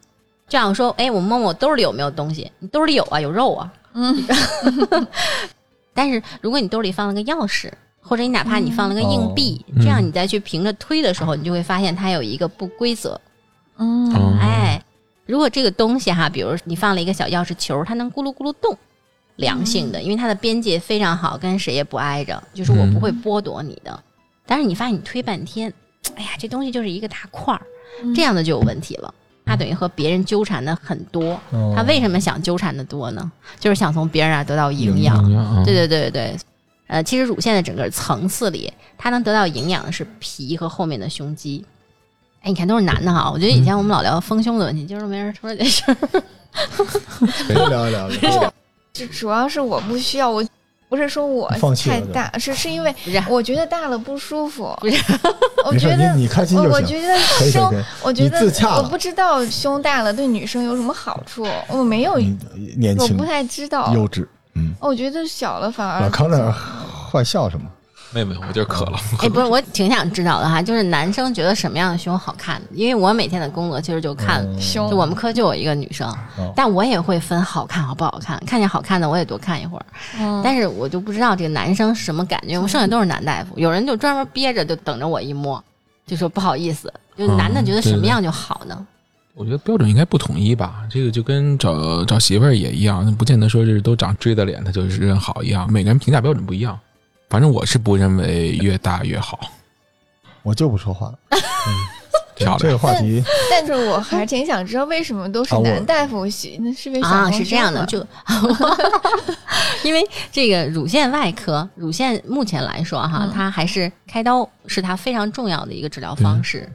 Speaker 1: 这样说，哎，我摸摸我兜里有没有东西，你兜里有啊，有肉啊。
Speaker 4: 嗯，
Speaker 1: 但是如果你兜里放了个钥匙，或者你哪怕你放了个硬币，
Speaker 3: 嗯
Speaker 1: 这样你再去凭着推的时候，你就会发现它有一个不规则。
Speaker 4: 嗯
Speaker 3: 哦
Speaker 1: 哎，如果这个东西哈，比如你放了一个小钥匙球，它能咕噜咕噜动，良性
Speaker 4: 嗯
Speaker 1: 的，因为它的边界非常好，跟谁也不挨着，就是我不会剥夺你的。但是你发现你推半天，哎呀，这东西就是一个大块儿，
Speaker 4: 嗯
Speaker 1: 这样的就有问题了。它等于和别人纠缠的很多，
Speaker 4: 哦
Speaker 1: 他为什么想纠缠的多呢？就是想从别人那儿得到营养。
Speaker 3: 啊，
Speaker 1: 对对对对对，呃，其实乳腺的整个层次里，它能得到营养的是皮和后面的胸肌。哎，你看都是男的哈，我觉得以前我们老聊丰胸的问题，就是没人说这事儿。
Speaker 2: 多聊一 聊，
Speaker 4: 就主要是我不需要，我不是说我
Speaker 2: 放弃了
Speaker 4: 太大，是是因为
Speaker 1: 不是
Speaker 4: 我觉得大了不舒服，
Speaker 1: 不是，
Speaker 4: 我
Speaker 2: 没
Speaker 4: 觉
Speaker 2: 事，
Speaker 4: 得
Speaker 2: 你你开心
Speaker 4: 我
Speaker 2: 就
Speaker 4: 我
Speaker 2: 行。
Speaker 4: 觉得
Speaker 2: 可以
Speaker 4: 胸
Speaker 2: 可以，
Speaker 4: 我觉得
Speaker 2: 你自洽了
Speaker 4: 我不知道胸大了对女生有什么好处，我没有，
Speaker 2: 你嗯年
Speaker 4: 我
Speaker 2: 轻
Speaker 4: 不太啊知道。
Speaker 2: 幼稚，嗯，
Speaker 4: 我觉得小了反而
Speaker 2: 老康那儿坏笑什么？
Speaker 3: 妹妹，我就是渴了，
Speaker 1: 哎，不是， 我挺想知道的哈，就是男生觉得什么样的胸好看？因为我每天的工作其实就看，
Speaker 2: 嗯
Speaker 4: 胸
Speaker 1: 就我们科就我一个女生，
Speaker 2: 哦
Speaker 1: 但我也会分好看好不好看，看见好看的我也多看一会儿，但是我就不知道这个男生是什么感觉，我剩下都是男大夫，有人就专门憋着，就等着我一摸，就说不好意思，就是男的觉得什么样就好呢？
Speaker 3: 我觉得标准应该不统一吧，这个就跟找找媳妇儿也一样，那不见得说是都长锥子脸，他就是好一样，每个人评价标准不一样。反正我是不认为越大越好，
Speaker 2: 我就不说话了。嗯
Speaker 3: 漂
Speaker 2: 这个。
Speaker 3: 亮
Speaker 2: 话 题，
Speaker 4: 但是我还挺想知道为什么都是
Speaker 2: 啊我
Speaker 4: 男大夫洗，那是不是小
Speaker 1: 啊，
Speaker 4: 红
Speaker 1: 是这样的，
Speaker 4: 生
Speaker 1: 就 因为这个乳腺外科，乳腺目前来说哈，它还是开刀是它非常重要的一个治疗方式。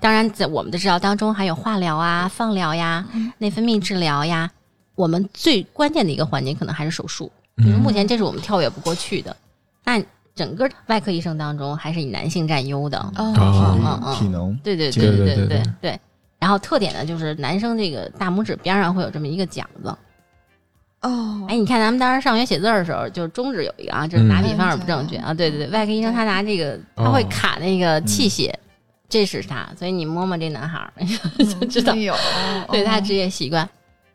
Speaker 1: 当然，在我们的治疗当中，还有化疗啊、放疗呀、内分泌治疗呀。我们最关键的一个环节可能还是手术，
Speaker 3: 嗯
Speaker 1: 就是目前这是我们跳跃不过去的。但整个外科医生当中，还是以男性占优的。
Speaker 4: 了？
Speaker 3: 啊
Speaker 4: 哦，
Speaker 1: 嗯嗯
Speaker 2: 体能，
Speaker 1: 对对
Speaker 2: 对
Speaker 1: 对
Speaker 3: 对对
Speaker 1: 对
Speaker 3: 对
Speaker 1: 对。然后特点呢，就是男生这个大拇指边上会有这么一个茧子。
Speaker 4: 哦
Speaker 1: 哎，，你看咱们当时上学写字儿的时候，就是中指有一个啊，就是打比方而不正确啊。对对对，外科医生他拿这个，他会卡那个器械，这是他，所以你摸摸这男孩儿 就知道
Speaker 4: 嗯有，
Speaker 1: 对他
Speaker 4: 嗯
Speaker 1: 职业习惯。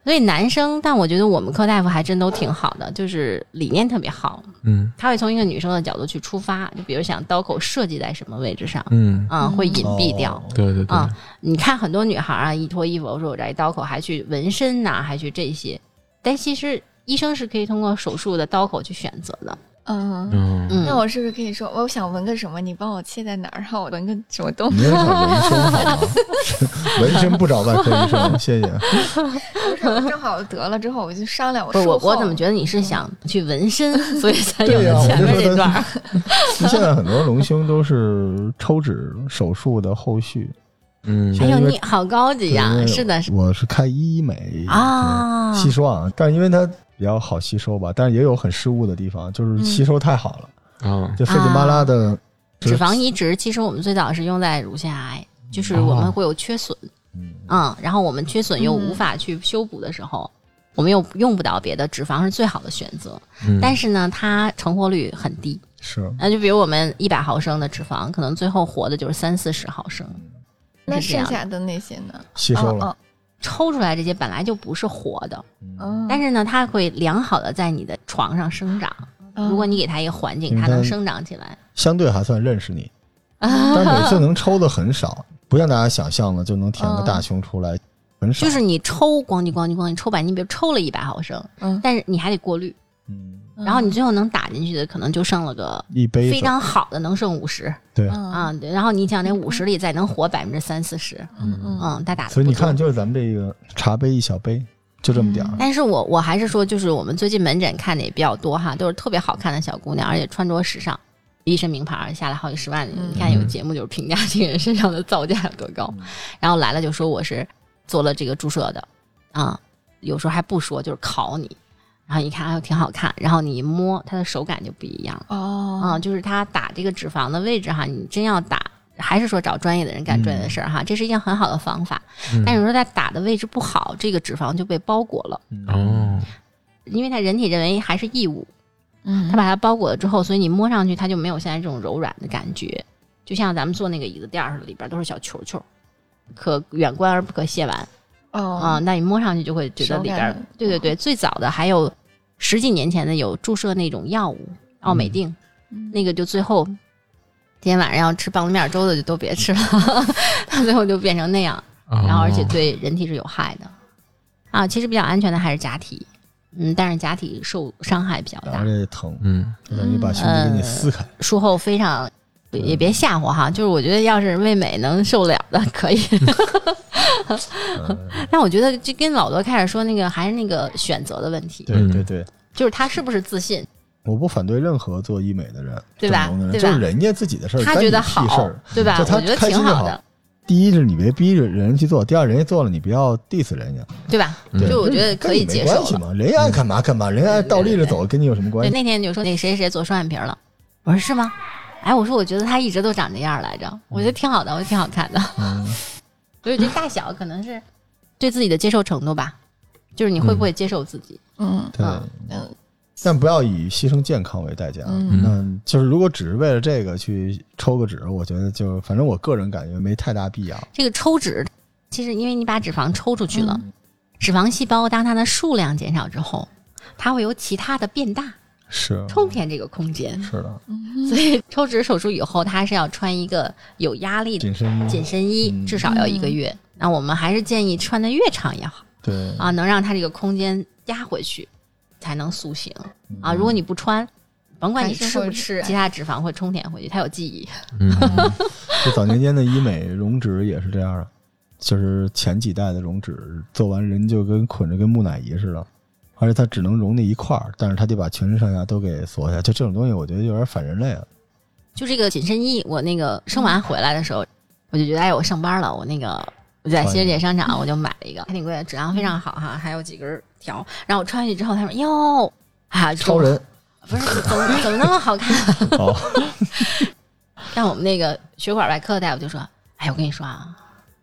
Speaker 1: 所以男生，但我觉得我们科大夫还真都挺好的，就是理念特别好，
Speaker 3: 嗯
Speaker 1: 他会从一个女生的角度去出发，就比如想刀口设计在什么位置上，
Speaker 3: 嗯，
Speaker 1: 啊，会隐蔽掉。
Speaker 2: 哦
Speaker 3: 对对对
Speaker 1: 啊，你看很多女孩啊，一脱衣服，我说我这一刀口，还去纹身呐、还去这些，但其实医生是可以通过手术的刀口去选择的。
Speaker 4: 嗯。
Speaker 3: 嗯，
Speaker 1: 嗯，
Speaker 4: 那我是不是可以说，我想纹个什么，你帮我切在哪儿，然后我纹个什 么东西？
Speaker 2: 你也想纹身好吗？纹身不找外科医生，谢谢。
Speaker 4: 不是正好得了之后，我就商量我
Speaker 1: 不是我，我怎么觉
Speaker 4: 得？
Speaker 1: 得你是想去纹身，所以才有
Speaker 2: 对呀
Speaker 1: 了前面
Speaker 2: 我就说
Speaker 1: 这段
Speaker 2: 他
Speaker 1: 儿？
Speaker 2: 现在很多隆胸都是抽脂手术的后续。
Speaker 3: 嗯
Speaker 1: 哎
Speaker 2: 因
Speaker 1: 呦，
Speaker 2: 为
Speaker 1: 你好高级呀、
Speaker 2: 因为
Speaker 1: 是的，是
Speaker 2: 我是看医美
Speaker 1: 啊
Speaker 2: 对吸收啊，但是因为它比较好吸收吧，但是也有很失误的地方，就是吸收太好了，
Speaker 3: 啊，
Speaker 2: 就费劲巴拉的。
Speaker 1: 脂肪移植。其实我们最早是用在乳腺癌，就是我们会有缺损，
Speaker 2: 嗯
Speaker 1: 嗯，然后我们缺损又
Speaker 4: 嗯
Speaker 1: 无法去修补的时候，我们又用不到别的，脂肪是最好的选择。
Speaker 3: 嗯
Speaker 1: 但是呢，它成活率很低。
Speaker 2: 是
Speaker 1: 那就比如我们一百毫升的脂肪，可能最后活的就是三四十毫升，
Speaker 4: 那
Speaker 1: 是这样
Speaker 4: 剩下的那些呢？
Speaker 2: 吸收了。
Speaker 4: 哦
Speaker 1: 抽出来这些本来就不是活的，
Speaker 4: 哦
Speaker 1: 嗯但是呢，它会良好的在你的床上生长。
Speaker 4: 嗯
Speaker 1: 如果你给它一个环境，
Speaker 2: 嗯
Speaker 1: 它能
Speaker 2: 但
Speaker 1: 生长起 来。
Speaker 2: 相对还算认识 你，但每次能抽的很少，不像大家想象的就能填个大胸出来，很少。
Speaker 1: 就是你抽咣叽咣叽咣叽抽吧，你比如抽了一百毫升，
Speaker 4: 嗯
Speaker 1: 但是你还得过滤，
Speaker 2: 嗯，
Speaker 1: 然后你最后能打进去的可能就剩了个
Speaker 2: 一杯
Speaker 1: 非
Speaker 2: 子
Speaker 1: 常好的，能剩五十
Speaker 2: 对，
Speaker 1: 啊
Speaker 4: 啊，
Speaker 1: 对然后你想那五十里再能活百分之三四十，
Speaker 4: 嗯
Speaker 1: 嗯，它打的
Speaker 2: 所以你
Speaker 1: 不多
Speaker 2: 看，就是咱们这个茶杯一小杯，就这么点儿。
Speaker 1: 但是我我还是说，就是我们最近门诊看的也比较多哈，都是特别好看的小姑娘，而且穿着时尚，一身名牌儿下来好几十万。
Speaker 4: 嗯
Speaker 1: 你看有节目就是评价这个人身上的造价有多高，然后来了就说我是做了这个注射的啊、有时候还不说就是考你，然后你看哎呦挺好看，然后你一摸它的手感就不一样啊、
Speaker 4: 哦，
Speaker 1: 就是它打这个脂肪的位置哈，你真要打。还是说找专业的人干专业的事儿哈，这是一件很好的方法。但是说它打的位置不好，这个脂肪就被包裹了。
Speaker 2: 嗯
Speaker 3: 哦，
Speaker 1: 因为它人体认为还是异物，
Speaker 4: 嗯
Speaker 1: 它把它包裹了之后，所以你摸上去它就没有现在这种柔软的感觉，就像咱们坐那个椅子垫儿似的，里边都是小球球，可远观而不可亵玩啊、
Speaker 4: 哦，
Speaker 1: 那你摸上去就会觉得里边
Speaker 4: 手
Speaker 1: 儿
Speaker 4: 感，
Speaker 1: 对对对，最早的还有十几年前的有注射那种药物奥美定，
Speaker 4: 嗯
Speaker 1: 那个就最后今天晚上要吃棒子面粥的就都别吃了， 到最后就变成那样。
Speaker 3: 哦
Speaker 1: 然后而
Speaker 2: 哦
Speaker 1: 且对人体是有害的啊。其实比较安全的还是假体，嗯，但是假体受伤害比较
Speaker 2: 然后
Speaker 1: 大，
Speaker 2: 这疼，
Speaker 3: 嗯
Speaker 2: 就等于把胸部给你撕开。
Speaker 1: 术后非常也别吓唬哈。就是我觉得要是为美能受了的可 以，但我觉得这跟老罗开始说那个还是那个选择的问题，
Speaker 2: 对对对，
Speaker 1: 就是他是不是自信，
Speaker 2: 我不反对任何做医美的人，
Speaker 1: 对吧
Speaker 2: 整容的人
Speaker 1: 对
Speaker 2: 就
Speaker 1: 吧
Speaker 2: 是人家自己的事儿，
Speaker 1: 他
Speaker 2: 干
Speaker 1: 觉
Speaker 2: 你
Speaker 1: 得
Speaker 2: 屁
Speaker 1: 好
Speaker 2: 事儿。
Speaker 1: 对吧？
Speaker 2: 就他
Speaker 1: 我觉得
Speaker 2: 开
Speaker 1: 挺
Speaker 2: 心就好
Speaker 1: 的，
Speaker 2: 第一是你别逼着人去做，第二人家做了你不要 diss 人家，嗯
Speaker 1: 对吧？
Speaker 3: 对
Speaker 1: 就我觉得可以
Speaker 2: 跟你
Speaker 1: 接
Speaker 2: 没
Speaker 1: 受
Speaker 2: 关系
Speaker 1: 了。嗯
Speaker 2: 嘛，人家爱干嘛干嘛，人家爱倒立着走跟你有什么关
Speaker 1: 对，
Speaker 2: 系？
Speaker 1: 那天你就说那谁谁谁做双眼皮儿了，我说是吗？哎，我说我觉得他一直都长这样儿来着，我觉得挺好的，我觉得挺好看的。
Speaker 2: 嗯
Speaker 1: 所以我觉得大小可能是对自己的接受程度吧，就是你会不会接受自己？
Speaker 4: 嗯
Speaker 2: 对
Speaker 1: 嗯，
Speaker 4: 嗯
Speaker 2: 但不要以牺牲健康为代价。
Speaker 4: 嗯
Speaker 2: 嗯，就是如果只是为了这个去抽个脂，我觉得就反正我个人感觉没太大必要。
Speaker 1: 这个抽脂，其实因为你把脂肪抽出去了，
Speaker 2: 嗯
Speaker 1: 脂肪细胞当它的数量减少之后，它会由其他的变大，
Speaker 2: 嗯是
Speaker 1: 充填这个空间。
Speaker 2: 是的，
Speaker 1: 所以抽脂手术以后，它是要穿一个有压力的
Speaker 2: 紧身
Speaker 1: 紧
Speaker 2: 衣，
Speaker 1: 身衣，
Speaker 2: 嗯
Speaker 1: 至少要一个月。那我们还是建议穿的越长越好
Speaker 2: 对
Speaker 1: 啊，能让它这个空间压回去，才能塑形
Speaker 2: 嗯
Speaker 1: 啊。如果你不穿，甭管你
Speaker 4: 还是
Speaker 1: 吃不
Speaker 4: 会
Speaker 1: 吃，
Speaker 4: 哎
Speaker 1: 其他脂肪会充填回去，它有记忆。
Speaker 3: 嗯
Speaker 2: 就早年间的医美溶脂也是这样的，就是前几代的溶脂做完人就跟捆着跟木乃伊似的，而且它只能溶那一块儿，但是它得把全身上下都给缩下，就这种东西我觉得有点反人类了。
Speaker 1: 就这个紧身衣，我那个生完回来的时候，
Speaker 2: 嗯
Speaker 1: 我就觉得哎，我上班了，我那个我在新世界商场我就买了一个，还挺贵的，质量非常好哈，还有几根条。然后我穿上去之后，他说哟，啊，
Speaker 2: 超人，
Speaker 1: 不是怎么怎么那么好看？
Speaker 2: 哦，
Speaker 1: 但我们那个血管外科的大夫就说，哎，我跟你说啊，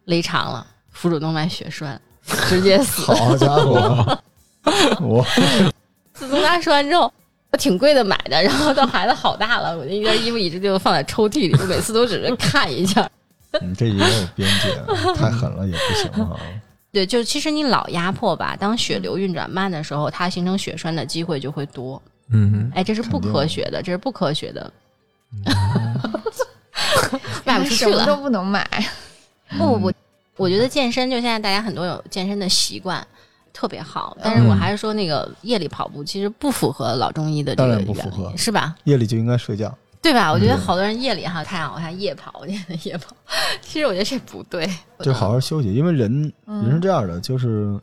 Speaker 1: 勒长了，腹主动脉血栓，直接死。
Speaker 2: 好家伙，我
Speaker 1: 自从他说完之后。我挺贵的买的，然后到孩子好大了，我那件衣服一直就放在抽屉里，我每次都只是看一下。
Speaker 2: 你这也有边界，啊太狠了也不行啊。
Speaker 1: 对，就其实你老压迫吧，当血流运转慢的时候，它形成血栓的机会就会多。
Speaker 3: 嗯，
Speaker 1: 哎，这是不
Speaker 2: 肯定
Speaker 1: 科
Speaker 2: 的
Speaker 1: 学的，这是不科学的。 卖
Speaker 4: 买
Speaker 1: 不出
Speaker 4: 不
Speaker 1: 去
Speaker 4: 什么
Speaker 1: 了
Speaker 4: 都。不能买。
Speaker 1: 不不不，我觉得健身就现在大家很多有健身的习惯，特别好。但是我
Speaker 3: 嗯
Speaker 1: 还是说那个夜里跑步其实不符合老中医的这
Speaker 2: 当
Speaker 1: 个
Speaker 2: 然不
Speaker 1: 原
Speaker 2: 符合
Speaker 1: 理，是吧？
Speaker 2: 夜里就应该睡觉，
Speaker 1: 对吧？我觉得
Speaker 2: 嗯
Speaker 1: 好多人夜里哈，看我看夜跑，夜夜跑， 其实我觉得这不对。
Speaker 2: 就好好休息，因为人人是
Speaker 4: 嗯
Speaker 2: 这样的，就是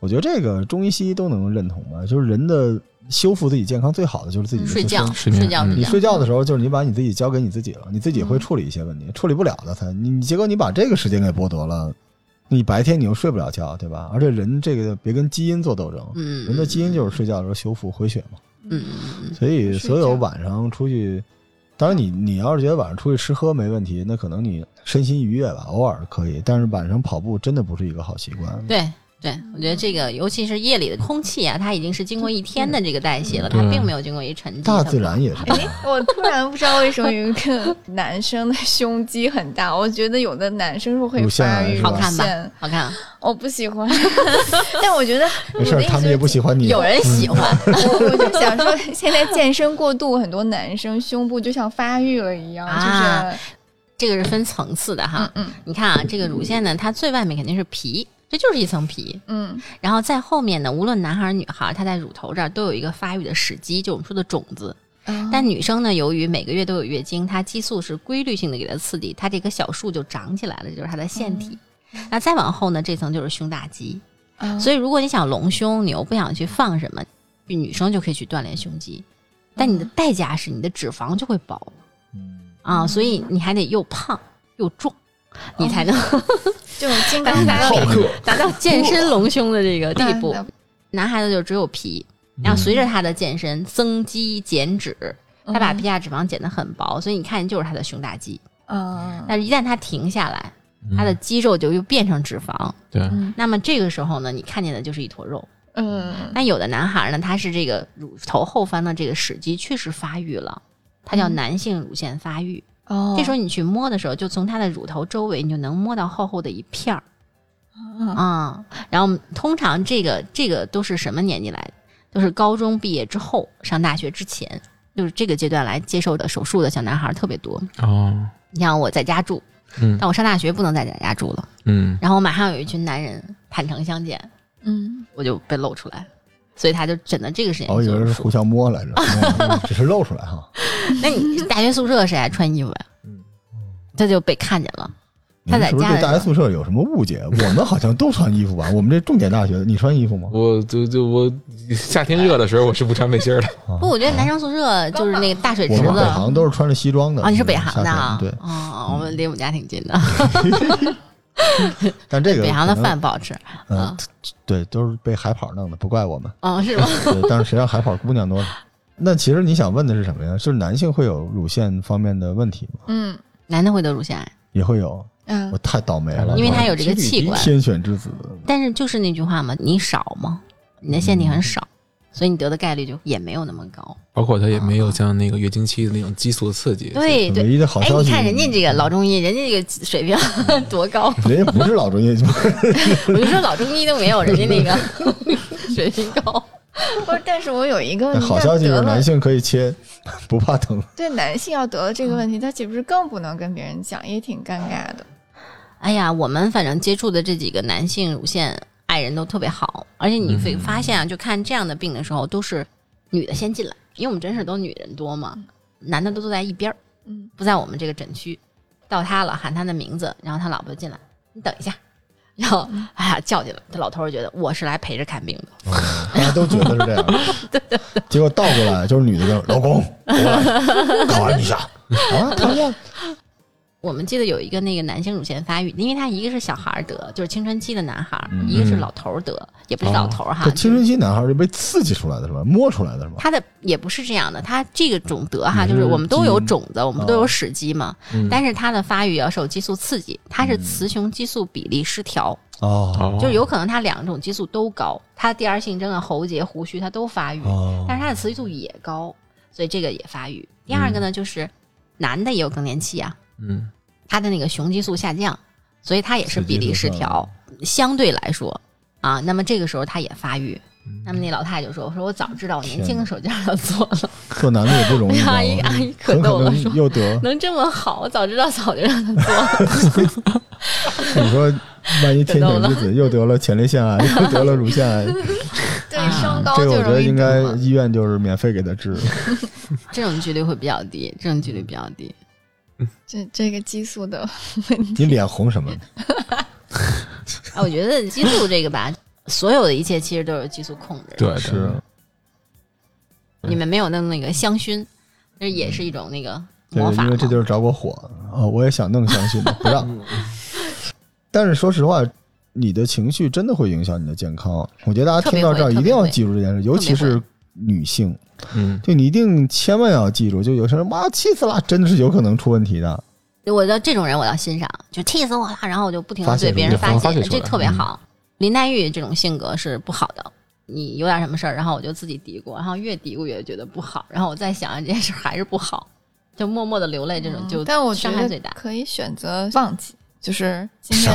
Speaker 2: 我觉得这个中医西医都能认同吧，就是人的修复自己健康最好的就是自己的
Speaker 1: 睡
Speaker 2: 自身
Speaker 1: 觉，
Speaker 3: 睡眠
Speaker 1: 睡觉
Speaker 3: 嗯
Speaker 1: 比
Speaker 2: 你
Speaker 1: 较
Speaker 2: 睡觉的时候，就是你把你自己交给你自己了，你自己会
Speaker 4: 嗯
Speaker 2: 处理一些问题，处理不了的才你，你结果你把这个时间给剥夺了，你白天你又睡不了觉，对吧？而且人这个别跟基因做斗争，
Speaker 1: 嗯，
Speaker 2: 人的基因就是睡觉的时候修复回血嘛，
Speaker 1: 嗯嗯嗯
Speaker 2: 所以
Speaker 4: 睡觉
Speaker 2: 所有晚上出去，当然你你要是觉得晚上出去吃喝没问题，那可能你身心愉悦吧，偶尔可以，但是晚上跑步真的不是一个好习惯。
Speaker 1: 对。对，我觉得这个，尤其是夜里的空气啊，它已经是经过一天的这个代谢了，它
Speaker 3: 对
Speaker 1: 并没有经过一沉积。
Speaker 2: 嗯大
Speaker 1: 它
Speaker 2: 自然也是这样，
Speaker 4: 哎
Speaker 1: 哎
Speaker 4: 我突然不知道为什么有一个男生的胸肌很大，我觉得有的男生是会
Speaker 2: 乳腺
Speaker 4: 发
Speaker 2: 癌
Speaker 4: 育
Speaker 2: 是吧
Speaker 1: 好看吧
Speaker 4: 腺
Speaker 1: 好看，
Speaker 4: 我不喜欢， 但我觉得
Speaker 2: 没事儿，他们也不嗯喜欢你。
Speaker 1: 有人喜欢，
Speaker 4: 我我就想说，现在健身过度，很多男生胸部就像发育了一样，
Speaker 1: 啊
Speaker 4: 就是
Speaker 1: 这个是分层次的哈。
Speaker 4: 嗯
Speaker 1: 你看啊，这个乳腺呢，它最外面肯定是皮，这就是一层皮。
Speaker 4: 嗯
Speaker 1: 然后在后面呢，无论男孩儿女孩儿，它在乳头这儿都有一个发育的始基，就我们说的种子。
Speaker 4: 嗯，
Speaker 1: 但女生呢，由于每个月都有月经，它激素是规律性的给它刺激，它这个小树就长起来了，这就是它的腺体。那再往后呢，这层就是胸大肌。
Speaker 4: 啊
Speaker 1: 所以如果你想隆胸，你又不想去放什么，女生就可以去锻炼胸肌，但你的代价是你的脂肪就会薄
Speaker 2: 嗯
Speaker 1: 啊，所以你还得又胖又壮，你才 能
Speaker 4: 这种金刚芭
Speaker 2: 好
Speaker 4: 蕾
Speaker 2: 客，
Speaker 1: 哦 达到健身隆胸的这个地步。
Speaker 4: 嗯
Speaker 1: 男孩子就只有皮，然
Speaker 2: 嗯
Speaker 1: 后随着他的健身增肌减脂，他
Speaker 4: 嗯
Speaker 1: 把皮下脂肪减得很薄，所以你看就是他的胸大肌。
Speaker 4: 啊，
Speaker 1: 但是一旦他停下来，
Speaker 3: 嗯
Speaker 1: 他的肌肉就又变成脂肪，
Speaker 3: 对，
Speaker 1: 那么这个时候呢，你看见的就是一坨肉。
Speaker 4: 嗯
Speaker 1: 那有的男孩呢，他是这个乳头后方的这个始肌确实发育了，它叫
Speaker 4: 嗯
Speaker 1: 男性乳腺发育。
Speaker 4: 哦，
Speaker 1: 这时候你去摸的时候，就从他的乳头周围，你就能摸到厚厚的一片儿
Speaker 4: 嗯
Speaker 1: 啊、然后通常这个这个都是什么年纪来的？都是高中毕业之后，上大学之前，就是这个阶段来接受的手术的小男孩特别多。
Speaker 3: 哦，
Speaker 1: 你像我在家住，
Speaker 3: 嗯
Speaker 1: 但我上大学不能在家住了，
Speaker 3: 嗯，
Speaker 1: 然后马上有一群男人坦诚相见，
Speaker 4: 嗯
Speaker 1: 我就被露出来，所以他就枕着这个时间
Speaker 2: 我以
Speaker 1: 做
Speaker 2: 为
Speaker 1: 手
Speaker 2: 哦是
Speaker 1: 术
Speaker 2: 互相 摸来着，嗯只是露出来哈。
Speaker 1: 那你大学宿舍谁还穿衣服呀、他就被看见了。
Speaker 2: 你们
Speaker 1: 他在
Speaker 2: 是不是
Speaker 1: 家
Speaker 2: 对
Speaker 1: 的
Speaker 2: 大
Speaker 1: 时
Speaker 2: 学
Speaker 1: 候
Speaker 2: 宿舍有什么误解？我们好像都穿衣服吧？我们这重点大学，你穿衣服吗？
Speaker 3: 我就就我夏天热的时候我是不穿背心儿的，
Speaker 1: 不，我觉得男生宿舍 就是那个大水池
Speaker 2: 我们
Speaker 1: 子
Speaker 2: 北航都是穿着西装的嗯
Speaker 1: 啊，你是北航的啊？
Speaker 2: 夏天对，
Speaker 1: 哦，我们离我们家挺近的。
Speaker 2: 但这个
Speaker 1: 北航的
Speaker 2: 可能
Speaker 1: 饭不好吃，
Speaker 2: 嗯
Speaker 1: 啊，
Speaker 2: 对，都是被海跑弄的，不怪我们。
Speaker 1: 哦，是吗？
Speaker 2: 对， 但是谁让海跑姑娘多呢？那其实你想问的是什么呀？就是男性会有乳腺方面的问题吗？
Speaker 4: 嗯
Speaker 1: 男的会得乳腺癌，
Speaker 2: 也会有，我
Speaker 4: 嗯
Speaker 2: 太倒霉了，
Speaker 1: 因为他有这个器官。
Speaker 2: 天选之子。
Speaker 1: 但是就是那句话嘛，你少嘛，你的腺体很少，
Speaker 2: 嗯
Speaker 1: 所以你得的概率就也没有那么高。
Speaker 3: 包括它也没有像那个月经期的那种激素的刺激。
Speaker 1: 对
Speaker 2: 唯
Speaker 1: 对。
Speaker 2: 一的好
Speaker 1: 哎，
Speaker 2: 消
Speaker 1: 你
Speaker 2: 息，嗯
Speaker 1: 看人家这个老中医，人家这个水平 多高！
Speaker 2: 人家不是老 中医，
Speaker 1: 我就说老中医都没有人家那个 水平高。
Speaker 4: 不是，但是我有一个
Speaker 1: 嗯
Speaker 4: 问题，
Speaker 2: 好
Speaker 4: 那
Speaker 2: 消息就
Speaker 4: 得
Speaker 2: 是
Speaker 4: 了
Speaker 2: 男性可以切，不怕疼。
Speaker 4: 对男性要得了这个问题，他岂不是更不能跟别人讲，也挺尴尬的。
Speaker 1: 哎呀，我们反正接触的这几个男性乳腺爱人都特别好，而且你会发现啊，就看这样的病的时候，都是女的先进来，因为我们诊室都女人多嘛，
Speaker 2: 嗯
Speaker 1: 男的都坐在一边儿，
Speaker 4: 嗯，
Speaker 1: 不在我们这个诊区。到他了，喊他的名字，然后他老婆就进来，你等一下，然后哎呀叫进来，他老头儿觉得我是来陪着看病的，
Speaker 2: 大家都觉得是这 样。结果倒过来就是女的就是老公，过来睾丸一下啊，疼吗？
Speaker 1: 我们记得有一个那个男性乳腺发育，因为他一个是小孩儿得，就是青春期的男孩儿，
Speaker 2: 嗯
Speaker 1: 一个是老头儿得，也不是老头儿哈，
Speaker 2: 这青春期男孩是被刺激出来的是吧？摸出来的是吧？
Speaker 1: 它的也不是这样的，它这个种得哈，
Speaker 2: 也
Speaker 1: 就是是我们
Speaker 2: 嗯基
Speaker 1: 都
Speaker 2: 因
Speaker 1: 有种子，我们都
Speaker 2: 哦
Speaker 1: 有始基嘛，
Speaker 3: 嗯
Speaker 1: 但是它的发育要受激素刺激，它是雌雄激素比例失调，
Speaker 2: 嗯哦
Speaker 3: 哦，
Speaker 1: 就是有可能它两种激素都高，它的第二性征啊、喉结、胡须它都发育，
Speaker 2: 哦
Speaker 1: 但是它的雌激素也
Speaker 2: 嗯
Speaker 1: 高，所以这个也发育。第二个呢，就是男的也有更年期啊，
Speaker 3: 嗯，
Speaker 1: 它的那个雄激素下降，所以它也是比例失
Speaker 2: 雌激素上
Speaker 1: 调，相对来说啊，那么这个时候它也发育。
Speaker 2: 嗯
Speaker 1: 那么那老太太就说：“我说我早知道我年轻的时候就让她做了，
Speaker 2: 做男的也不容 易，
Speaker 1: 哎阿姨阿
Speaker 2: 你知道吗
Speaker 1: 姨可
Speaker 2: 很
Speaker 1: 逗了
Speaker 2: 能
Speaker 1: 说
Speaker 2: 又得
Speaker 1: 能这么好，我早知道早就 让她做了。
Speaker 2: 你说，万一天选之子又得了前列腺癌，又得了乳腺癌，
Speaker 4: 对
Speaker 1: 啊
Speaker 4: 升高
Speaker 2: 这
Speaker 4: 就
Speaker 2: 个
Speaker 4: 容
Speaker 2: 我觉得
Speaker 4: 易啊
Speaker 2: 应该
Speaker 4: 得嘛
Speaker 2: 医院就是免费给他治。
Speaker 5: 这种几率会比较低，这种几率比较低。
Speaker 4: 这这个激素的
Speaker 2: 你脸红什么？”
Speaker 1: 啊，我觉得激素这个吧，所有的一切其实都是激素控制的。
Speaker 3: 对，对
Speaker 2: 是
Speaker 1: 你们没有弄那个香薰，那也是一种那个
Speaker 2: 对
Speaker 1: 魔，法
Speaker 2: 因为这
Speaker 1: 嘛
Speaker 2: 就是着过火啊、我也想弄香薰的，不让。但是说实话，你的情绪真的会影响你的健康。我觉得大家听到这儿一定要记住这件事，尤其是女性，
Speaker 3: 嗯，
Speaker 2: 就你一定千万要记住。就有些人妈气死了，真的是有可能出问题的。
Speaker 1: 我到这种人，我要欣赏，就气死我了，然后我就不停
Speaker 2: 发
Speaker 1: 的
Speaker 2: 泄
Speaker 1: 对别
Speaker 2: 出
Speaker 1: 人
Speaker 3: 来
Speaker 1: 发
Speaker 3: 发
Speaker 1: 泄，
Speaker 3: 泄出
Speaker 1: 这
Speaker 3: 来
Speaker 1: 特别
Speaker 3: 嗯
Speaker 1: 好。林黛玉这种性格是不好的，你有点什么事儿，然后我就自己嘀咕，然后越嘀咕越觉得不好，然后我再想哎这件事儿还是不好，就默默的流泪，这种就
Speaker 4: 嗯但我觉
Speaker 1: 伤害最
Speaker 4: 得
Speaker 1: 大。
Speaker 4: 可以选择忘记，就是今天，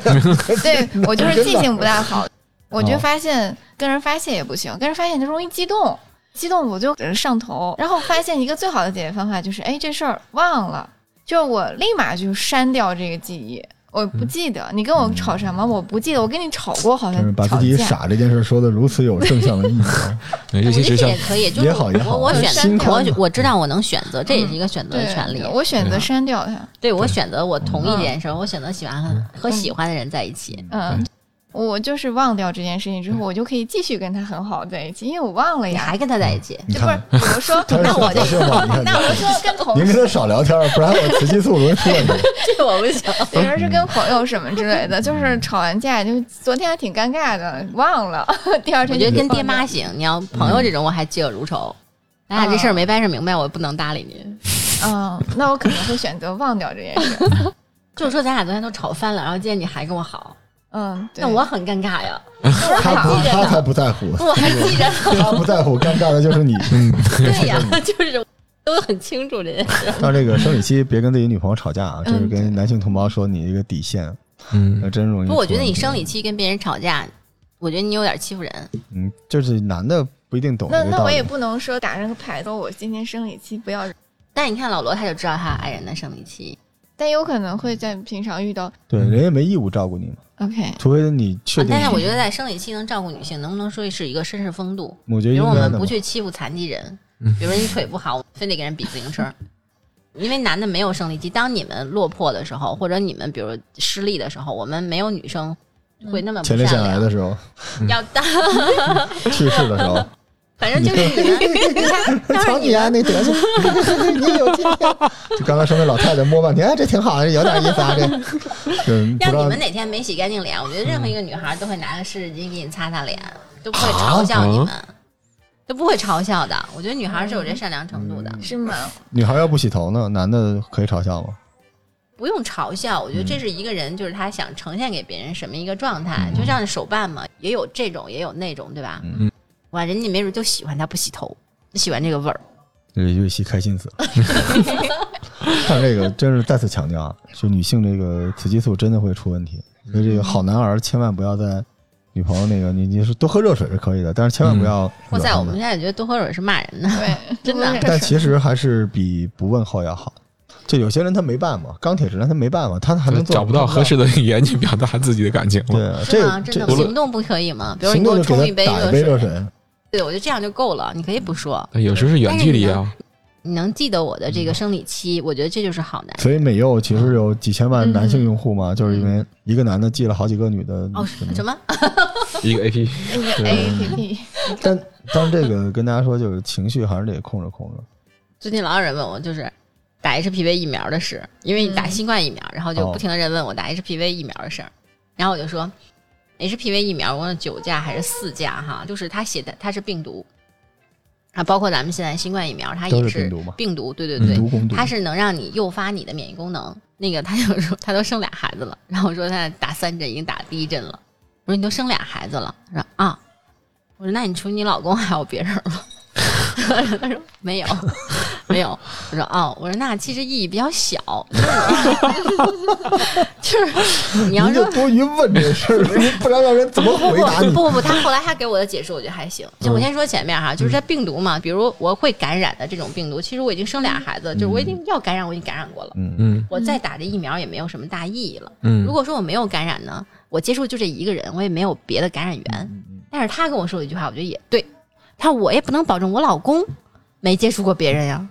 Speaker 4: 对 我就是记性不大好，我
Speaker 2: 哦
Speaker 4: 就发现跟人发泄也不行，跟人发泄就容易激动，激动我就呃上头，然后发现一个最好的解决方法就是，哎，这事儿忘了，就是我立马就删掉这个记忆。我不记得你跟我吵什么，我不记得我跟你吵过，好
Speaker 2: 嗯就是
Speaker 4: 像
Speaker 2: 把
Speaker 4: 哎吵
Speaker 2: 自己
Speaker 4: 架。
Speaker 2: 傻这件事说的如此有正向的意义啊。
Speaker 3: 对
Speaker 1: 哎我
Speaker 3: 这
Speaker 1: 觉得
Speaker 3: 些是
Speaker 1: 这
Speaker 3: 像
Speaker 1: 也可以，就
Speaker 2: 也
Speaker 1: 是
Speaker 2: 好
Speaker 1: 我
Speaker 2: 也好
Speaker 1: 我我
Speaker 2: 就是
Speaker 1: 选
Speaker 2: 心
Speaker 1: 择，
Speaker 2: 宽
Speaker 1: 我
Speaker 2: 嘛
Speaker 1: 我知道我能选择，这也是一个选择的
Speaker 4: 嗯对
Speaker 1: 权利。
Speaker 4: 我选择删掉它。
Speaker 1: 对我选择我同意这件事儿，我选择喜欢
Speaker 2: 嗯
Speaker 1: 和和喜欢的人在一起。
Speaker 4: 嗯，我就是忘掉这件事情之
Speaker 2: 嗯
Speaker 4: 后，我就可以继续跟他很好在一起，因为我忘了
Speaker 1: 你
Speaker 4: 呀。
Speaker 1: 还跟他在一起，
Speaker 2: 你
Speaker 4: 就不是
Speaker 2: 看，，
Speaker 4: 比如说，
Speaker 2: 他是
Speaker 4: 那我
Speaker 2: 说
Speaker 4: 就
Speaker 2: 这话，你看
Speaker 4: 那我就说跟同
Speaker 2: 您跟
Speaker 4: 事，
Speaker 2: 他少聊天，不然我雌激素容易出问题。
Speaker 1: 这 我不行。
Speaker 4: 比如说是跟朋友什么之类的，就是吵完架，就昨天还挺尴尬的，忘了。 第二
Speaker 1: 我
Speaker 4: 天
Speaker 1: 觉
Speaker 4: 就
Speaker 1: 得跟爹
Speaker 4: 忘了
Speaker 1: 妈行，你要朋友这种，我还嫉恶如仇。咱俩这事儿没掰扯明白，我不能搭理你。
Speaker 4: 嗯，那我可能会选择忘掉这件事。
Speaker 1: 就是说咱俩昨天都吵翻了，然后今天你还跟我好，
Speaker 4: 嗯，对
Speaker 1: 那我很尴尬呀。
Speaker 2: 他不，他才不 在乎，
Speaker 1: 我还记着，
Speaker 2: 他不在乎，尴尬的就是你。
Speaker 1: 对 呀，就是都很清楚这件事。
Speaker 2: 到这个生理期，别跟自己女朋友吵架啊，这是
Speaker 4: 嗯对
Speaker 2: 跟男性同胞说你一个底线，
Speaker 3: 嗯
Speaker 2: 那，真容易。
Speaker 1: 不，我觉得你生理，期跟别人吵架，我觉得你有点欺负人。
Speaker 2: 嗯，就是男的不一定懂
Speaker 4: 那
Speaker 2: 这个
Speaker 4: 那
Speaker 2: 道
Speaker 4: 我也
Speaker 2: 理。
Speaker 4: 不能说打上个牌子，说我今天生理期不要。
Speaker 1: 但你看老罗，他就知道他爱人的生理期，
Speaker 4: 但有可能会在平常遇到。
Speaker 2: 对，人家没义务照顾你嘛，
Speaker 4: OK，
Speaker 2: 除非你确
Speaker 1: 啊
Speaker 2: 定。
Speaker 1: 但是我觉得，在生理期能照顾女性，能不能说是一个绅士风度？
Speaker 2: 我觉得
Speaker 1: 比如
Speaker 2: 应
Speaker 1: 我
Speaker 2: 该
Speaker 1: 们
Speaker 2: 的嘛
Speaker 1: 不。去欺负残疾人
Speaker 3: 嗯，
Speaker 1: 比如你腿不好，非得给人比自行车，因为男的没有生理期。当你们落魄的时候，或者你们比如失利的时候，我们没有女生会那么不
Speaker 2: 前列腺
Speaker 1: 善
Speaker 2: 癌
Speaker 1: 良。
Speaker 2: 的嗯 时候，
Speaker 1: 要当，
Speaker 2: 去世的时候，
Speaker 1: 反正就是 你们，你看，当
Speaker 2: 瞧
Speaker 1: 然
Speaker 2: 你
Speaker 1: 你
Speaker 2: 啊，
Speaker 1: 们
Speaker 2: 那德行，你也有今天。 就刚刚说那老太太摸半天，哎，这挺好，有点意思啊，这。嗯，不
Speaker 1: 让你
Speaker 2: 知道
Speaker 1: 们哪天没洗干净脸，我觉得任何一个女孩都会拿个湿纸巾给你擦擦脸，
Speaker 2: 啊
Speaker 1: 都不会嘲笑你们，都不会嘲笑的。我觉得女孩是有
Speaker 2: 嗯
Speaker 1: 这善良程度的，
Speaker 4: 是吗？
Speaker 2: 女孩要不洗头呢，男的可以嘲笑吗？
Speaker 1: 不用嘲笑，我觉得
Speaker 2: 嗯
Speaker 1: 这是一个人，就是他想呈现给别人什么一个状态，就像手办嘛，也有这种，也有那种，对吧？
Speaker 2: 嗯，
Speaker 1: 哇，人家没准就喜欢他不洗头，就喜欢这个味儿。
Speaker 2: 瑞瑞希开心死了。但这个真是再次强调啊，就女性这个雌激素真的会出问题，所以这个好男儿千万不要在女朋友那个，你你是多喝热水是可以的，但是千万不要
Speaker 1: 哇
Speaker 2: 惹
Speaker 1: 塞，我
Speaker 2: 他
Speaker 1: 们
Speaker 2: 们。
Speaker 1: 现在觉得多喝水是骂人的，
Speaker 4: 对，
Speaker 1: 真的啊
Speaker 4: 不是
Speaker 2: 但其实还是比不问候要好。就有些人他没办法，钢铁直男他没办法，他还能做
Speaker 3: 找不到合适的语言去表达自己的感情了。
Speaker 2: 对，
Speaker 1: 是
Speaker 2: 这
Speaker 1: 吗？真
Speaker 2: 啊这
Speaker 1: 的
Speaker 3: 无论
Speaker 1: 行动不可以吗？比如你
Speaker 2: 行
Speaker 1: 给我
Speaker 2: 动就
Speaker 1: 冲
Speaker 2: 给
Speaker 1: 杯
Speaker 2: 他打
Speaker 1: 热
Speaker 2: 一杯热
Speaker 1: 水，
Speaker 2: 水，
Speaker 1: 对我觉得这样就够了。你可以不说，
Speaker 3: 但有时候是远距离啊，
Speaker 1: 你能记得我的
Speaker 2: 嗯
Speaker 1: 这个生理期，我觉得这就是好男人。
Speaker 2: 所以美柚其
Speaker 1: 嗯
Speaker 2: 实有几千万男性用户嘛，就是因为一个男的记了好几个女的
Speaker 1: 哦，
Speaker 2: 什么
Speaker 1: 什么？
Speaker 3: 一个 A P，
Speaker 4: 一个 APP，
Speaker 2: 但但这个跟大家说，就是情绪还是得控制控制。
Speaker 1: 最近老有人问我，就是打 HPV 疫苗的事，因为你打新冠疫苗，然后
Speaker 2: 哦
Speaker 1: 就不停的人问我打 HPV 疫苗的事儿，然后我就说 HPV 疫苗我问九价还是四价哈，就是它写的它是病毒啊，包括咱们现在新冠疫苗它也
Speaker 2: 都是
Speaker 1: 是
Speaker 2: 病毒嘛嗯
Speaker 1: 病毒，对对
Speaker 2: 以
Speaker 1: 对，
Speaker 2: 毒攻毒，
Speaker 1: 它是能让你诱发你的免疫功能。那个他就说他都生俩孩子了，然后我说他打三针已经打第一针了，我说你都生俩孩子了，他说啊，我说那你除你老公还有别人吗？他说没有，没有，我说哦，我说那其实意义比较小，就是就是你要
Speaker 2: 您
Speaker 1: 说
Speaker 2: 就多余问这事 儿，您不然让人怎么
Speaker 1: 不
Speaker 2: 回答
Speaker 1: 不
Speaker 2: 你？
Speaker 1: 不不，他后来他给我的解释，我觉得还行。就我先说前面哈，就是这病毒嘛，比如我会感染的这种病毒，其实我已经生俩孩子，就是我已经要感染，我已经感染过了，
Speaker 2: 嗯，
Speaker 3: 嗯
Speaker 1: 我再打这疫苗也没有什么大意义了。
Speaker 3: 嗯，
Speaker 1: 如果说我没有感染呢，我接触就这一个人，我也没有别的感染
Speaker 2: 嗯
Speaker 1: 源。但是他跟我说了一句话，我觉得也对，他说我也不能保证我老公没接触过别人呀，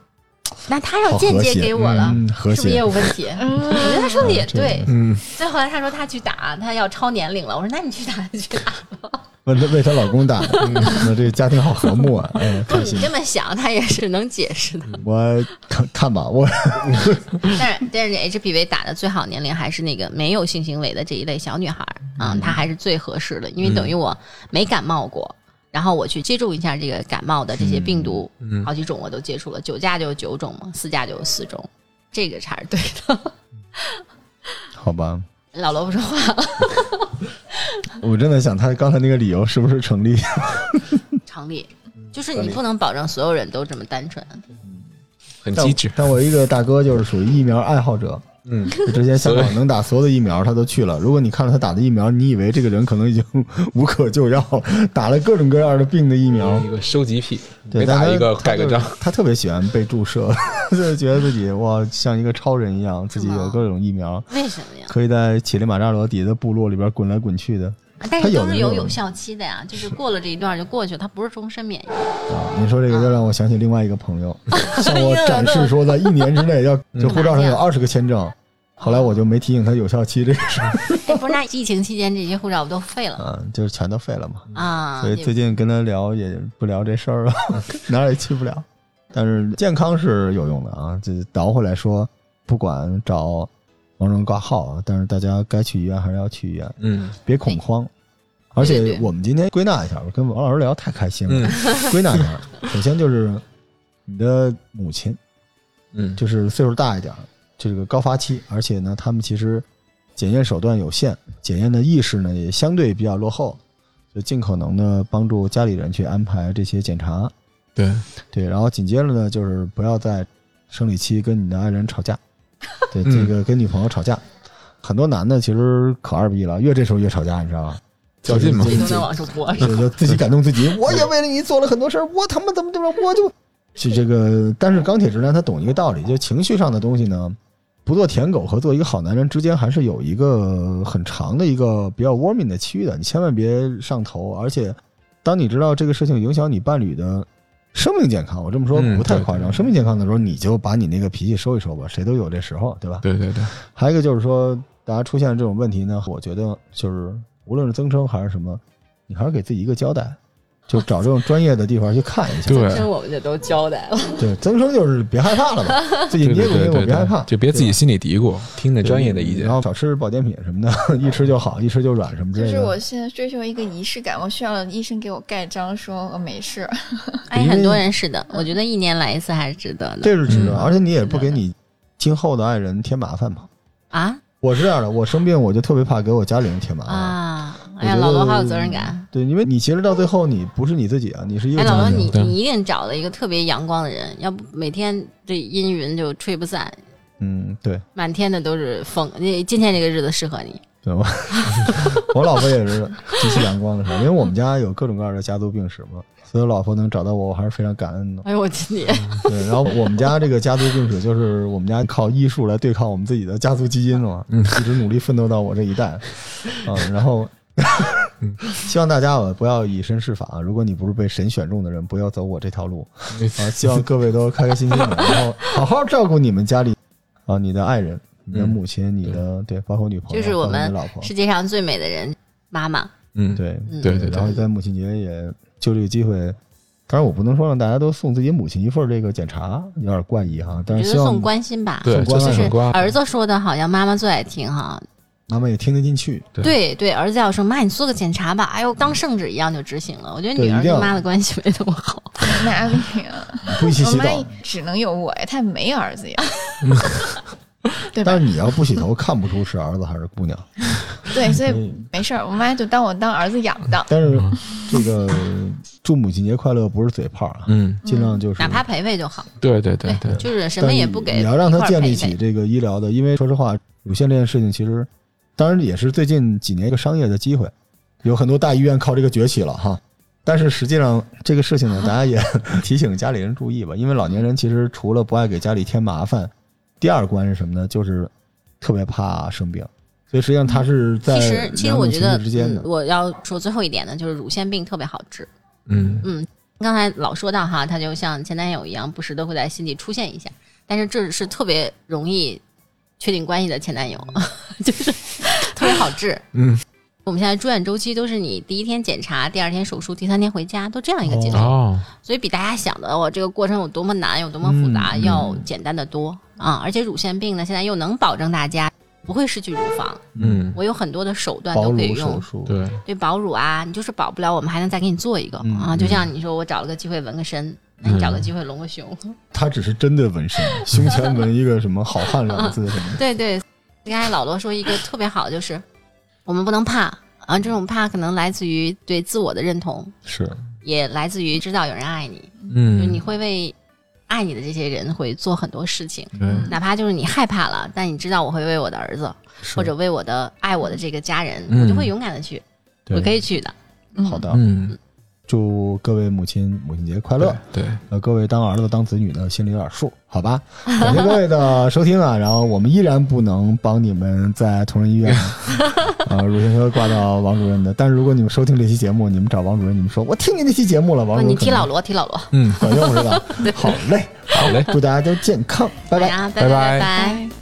Speaker 1: 那他要
Speaker 2: 好
Speaker 1: 间
Speaker 2: 和
Speaker 1: 接
Speaker 2: 谐
Speaker 1: 给我了，
Speaker 2: 嗯和
Speaker 1: 是不是也
Speaker 2: 谐
Speaker 1: 有问题？
Speaker 4: 嗯
Speaker 1: 我觉得他说的也
Speaker 2: 这个
Speaker 1: 对。
Speaker 3: 嗯
Speaker 1: 所以后来他说他去打，他要超年龄了。我说那你去打就去打，
Speaker 2: 问她为她老 公打，嗯那这个家庭好和睦啊，嗯，
Speaker 1: 就
Speaker 2: 开
Speaker 1: 你
Speaker 2: 心。
Speaker 1: 这么想，他也是能解释的。
Speaker 2: 我看看吧，我
Speaker 1: 但是但是那 HPV 打的最好年龄还是那个没有性行为的这一类小女孩儿
Speaker 2: 嗯
Speaker 1: 啊，她还是最合适的，因为等于我没感冒过，然后我去接触一下这个感冒的这些病毒，
Speaker 3: 嗯
Speaker 1: 好几种我都接触了，九价就有九种嘛，四价就有四种，这个才是对的。
Speaker 2: 好吧，
Speaker 1: 老罗不说话了，
Speaker 2: 我真的想她刚才那个理由是不是成立？
Speaker 1: 常理
Speaker 2: 嗯
Speaker 1: 就是你不能保证所有人都这么单纯，
Speaker 3: 很
Speaker 2: 但
Speaker 3: 机智，
Speaker 2: 但我一个大哥就是属于疫苗爱好者，
Speaker 3: 嗯，
Speaker 2: 就之前香港能打所有的疫苗他都去了。如果你看了他打的疫苗，你以为这个人可能已经 无可救药了，打了各种各样的病的疫苗
Speaker 3: 一，个收集癖，
Speaker 2: 对，
Speaker 3: 每嗯打
Speaker 2: 但
Speaker 3: 一个
Speaker 2: 他
Speaker 3: 盖个章
Speaker 2: 他，就是他特别喜欢被注射， 就觉得自己哇像一个超人一样，自己有各种疫苗，
Speaker 1: 为什么呀？
Speaker 2: 可以在乞力马扎罗底下的部落里边滚来滚去的
Speaker 1: 但
Speaker 2: 他
Speaker 1: 是
Speaker 2: 有啊
Speaker 1: 都
Speaker 2: 的
Speaker 1: 是
Speaker 2: 那
Speaker 1: 有
Speaker 2: 种
Speaker 1: 有效期的呀，就是过了这一段就过去了，它不是终身免疫。
Speaker 2: 啊。你说这个又让我想起另外一个朋友，向我展示说在一年之 内要
Speaker 3: 嗯
Speaker 2: 就护照上有二十个签证。后来我就没提醒他有效期这个事儿，
Speaker 1: 哎，不是，那疫情期间这些护照不都废了
Speaker 2: 嗯，就是全都废了嘛。
Speaker 1: 啊？
Speaker 2: 所以
Speaker 1: 也
Speaker 2: 最近跟他聊也不聊这事儿了，哪儿也去不了。但是健康是有用的啊，这倒回来说，不管找王蓉挂号啊，但是大家该去医院还是要去医院，
Speaker 3: 嗯
Speaker 2: 别恐慌。而且我们今天归纳一下，我跟王老师聊太开 心了，
Speaker 3: 嗯
Speaker 2: 归纳一下，首先就是你的母亲，
Speaker 3: 嗯，
Speaker 2: 就是岁数大一点儿，这个高发期，而且呢，他们其实检验手段有限，检验的意识呢也相对比较落后，就尽可能的帮助家里人去安排这些检查。
Speaker 3: 对，
Speaker 2: 对，然后紧接着呢，就是不要在生理期跟你的爱人吵架，对，
Speaker 3: 嗯
Speaker 2: 这个跟女朋友吵架，很多男的其实可二逼了，越这时候越吵架，你知道吧？
Speaker 3: 较劲嘛
Speaker 1: 这
Speaker 2: 就
Speaker 1: 都
Speaker 2: 是
Speaker 1: 能往出播是吧
Speaker 2: 就就自己感动 自己，我也为了你做了很多事儿，我他妈怎么怎么，我就，就这个。但是钢铁直男他懂一个道理，就情绪上的东西呢，不做舔狗和做一个好男人之间还是有一个很长的一个比较 warming 的区域的，你千万别上头。而且，当你知道这个事情影响你伴侣的生命健康，我这么说
Speaker 3: 嗯
Speaker 2: 不太
Speaker 3: 对
Speaker 2: 夸张，
Speaker 3: 对
Speaker 2: 生命健康的时候，你就把你那个脾气收一收吧，谁都有这时候，对吧？
Speaker 3: 对对对，
Speaker 2: 还有一个就是说，大家出现这种问题呢，我觉得就是无论是增生还是什么，你还是给自己一个交代，就找这种专业的地方去看一下。
Speaker 3: 对
Speaker 1: 这我们就都交代了。
Speaker 2: 对，增生就是别害怕了 吧，自己
Speaker 3: 对
Speaker 2: 捏
Speaker 3: 对
Speaker 2: 过捏
Speaker 3: 对
Speaker 2: 过，
Speaker 3: 对
Speaker 2: 别害怕，
Speaker 3: 对，就别自己
Speaker 2: 对吧嗯
Speaker 3: 心里嘀咕，听着专业的意见
Speaker 2: 然，后少吃保健品什么的， 一吃就好，一吃就软什么之
Speaker 4: 就
Speaker 2: 类
Speaker 4: 是我
Speaker 2: 的。
Speaker 4: 现在追求一个仪式感，我需要医生给我盖章，说我没事。
Speaker 1: 哎，
Speaker 2: 因为
Speaker 1: 很多人是的，我觉得一年来一次还是值得的
Speaker 2: 这是值得，
Speaker 3: 嗯
Speaker 2: 而且你也不给你今后的爱人添麻烦嘛。
Speaker 1: 啊
Speaker 2: 我是这样的，我生病我就特别怕给我家里人添麻烦。
Speaker 1: 啊！
Speaker 2: 我
Speaker 1: 哎呀，
Speaker 2: 觉得
Speaker 1: 老罗好有责任感。
Speaker 2: 对，因为你其实到最后你不是你自己啊，你是一个
Speaker 1: 哎，老罗，
Speaker 2: 家庭
Speaker 1: 你
Speaker 3: 对
Speaker 1: 你一定找了一个特别阳光的人，要不每天这阴云就吹不散，
Speaker 2: 嗯，对。
Speaker 1: 满天的都是风。那今天这个日子适合你，
Speaker 2: 对吧？ 我老婆也是极其阳光的时候，因为我们家有各种各样的家族病史嘛，所以我老婆能找到我，我还是非常感恩的。
Speaker 1: 哎呦，我今天
Speaker 2: 对，然后我们家这个家族病史就是我们家靠医术来对抗我们自己的家族基因的嘛，一直努力奋斗到我这一代，嗯，然后 希望大家啊不要以身试法，啊如果你不是被神选中的人，不要走我这条路啊！希望各位都开开心心的，然后好好照顾你们家里啊，你的爱人。你的母亲，你的对，包括女朋
Speaker 1: 就
Speaker 2: 友，
Speaker 1: 是我
Speaker 2: 包括你
Speaker 1: 们
Speaker 2: 的老婆，
Speaker 1: 世界上最美的人，妈妈。
Speaker 3: 嗯，
Speaker 2: 对
Speaker 1: 嗯
Speaker 3: 对对
Speaker 2: 然后
Speaker 3: 对，
Speaker 2: 在母亲节也就这个机会，当然我不能说让大家都送自己母亲一份儿这个检查，有点怪异哈。
Speaker 1: 我
Speaker 2: 但
Speaker 1: 觉
Speaker 2: 是
Speaker 1: 得
Speaker 2: 希望
Speaker 1: 送关心吧，
Speaker 2: 送哎
Speaker 3: 对，就
Speaker 2: 瓜
Speaker 1: 就
Speaker 3: 算
Speaker 1: 是
Speaker 3: 很瓜，
Speaker 1: 儿子说的，好像妈妈最爱听哈。
Speaker 2: 妈妈也听得进去，
Speaker 1: 对对，儿子要说妈，你做个检查吧，哎呦，当圣旨一样就执行了。我觉得
Speaker 2: 对
Speaker 1: 女
Speaker 2: 一
Speaker 1: 儿
Speaker 2: 定要
Speaker 1: 跟妈的关系没那么好。
Speaker 4: 哪里啊？
Speaker 2: 不一起
Speaker 4: 我
Speaker 2: 洗
Speaker 4: 妈
Speaker 2: 澡。
Speaker 4: 只能有我呀，她没儿子呀， 对吧
Speaker 2: 但？是你要不洗头，看不出是儿子还是姑娘。
Speaker 4: 对，所以
Speaker 2: 嗯
Speaker 4: 没事儿，我妈就当我当儿子养的。
Speaker 2: 但是这个祝母亲节快乐不是嘴炮啊，
Speaker 3: 嗯，
Speaker 2: 尽量就是
Speaker 1: 哪怕陪陪就好，
Speaker 3: 对对对对，
Speaker 1: 就是什
Speaker 2: 但
Speaker 1: 么也不给，
Speaker 2: 也要让
Speaker 1: 一
Speaker 2: 他
Speaker 1: 块儿
Speaker 2: 建
Speaker 1: 陪
Speaker 2: 立
Speaker 1: 陪
Speaker 2: 起这个医疗的，因为说实话，乳腺这件事情其实，当然也是最近几年一个商业的机会，有很多大医院靠这个崛起了哈。但是实际上这个事情呢，大家也 提醒家里人注意吧，因为老年人其实除了不爱给家里添麻烦，第二关是什么呢？就是特别怕生病，所以实际上他是在
Speaker 1: 嗯其实，其实
Speaker 2: 两
Speaker 1: 我
Speaker 2: 种
Speaker 1: 觉
Speaker 2: 情
Speaker 1: 得、
Speaker 2: 绪之间的
Speaker 1: 嗯，我要说最后一点呢，就是乳腺病特别好治。
Speaker 3: 嗯
Speaker 1: 嗯，刚才老说到哈，它就像前男友一样，不时的会在心里出现一下，但是这是特别容易确定关系的前男友， 就是特别好治。
Speaker 3: 嗯，
Speaker 1: 我们现在住院周期都是你第一天检查，第二天手术，第三天回家，都这样一个节奏，
Speaker 3: 哦，
Speaker 1: 所以比大家想的我这个过程有多么难，有多么复杂，
Speaker 3: 嗯嗯
Speaker 1: 要简单的多啊！而且乳腺病呢，现在又能保证大家不会失去乳房，
Speaker 3: 嗯，
Speaker 1: 我有很多的手段
Speaker 2: 保
Speaker 1: 都可以
Speaker 2: 乳
Speaker 1: 用
Speaker 2: 手，术，
Speaker 3: 对，
Speaker 1: 对保乳啊，你就是保不了，我们还能再给你做一个、
Speaker 2: 嗯
Speaker 1: 啊。就像你说，我找了个机会纹个 身，那你找个机会隆个胸，
Speaker 2: 他只是针对纹身，胸前纹一个什么“好汉”两个字什么的。
Speaker 1: 对对。刚才老罗说一个特别好的，就是我们不能怕啊，这种怕可能来自于对自我的认同，
Speaker 2: 是，
Speaker 1: 也来自于知道有人爱你，就是
Speaker 3: 嗯，
Speaker 1: 你会为爱你的这些人会做很多事情，
Speaker 3: 对，
Speaker 1: 哪怕就是你害怕了，但你知道我会为我的儿子
Speaker 3: 是
Speaker 1: 或者为我的爱我的这个家人，
Speaker 3: 嗯
Speaker 1: 我就会勇敢的去， 我可以去的。
Speaker 2: 好的，
Speaker 3: 嗯，
Speaker 2: 祝各位母亲母亲节快乐。
Speaker 3: 对，对，
Speaker 2: 呃，各位当儿子当子女的心里有点数，好吧？感谢各位的收听啊，然后我们依然不能帮你们在同仁医 院，呃，乳腺科挂到王主任的。但是如果你们收听这期节目，你们找王主任，你们说我听您这期节目了，王
Speaker 1: 不，
Speaker 2: 主任
Speaker 1: 哦你
Speaker 2: 可
Speaker 1: 提
Speaker 2: 能
Speaker 1: 老罗，提老罗，
Speaker 3: 嗯，
Speaker 2: 反正我知道。好嘞，
Speaker 3: 好嘞。
Speaker 2: 祝大家都健康，拜拜。
Speaker 1: 啊，
Speaker 3: 拜
Speaker 1: 拜拜
Speaker 3: 拜
Speaker 4: 拜。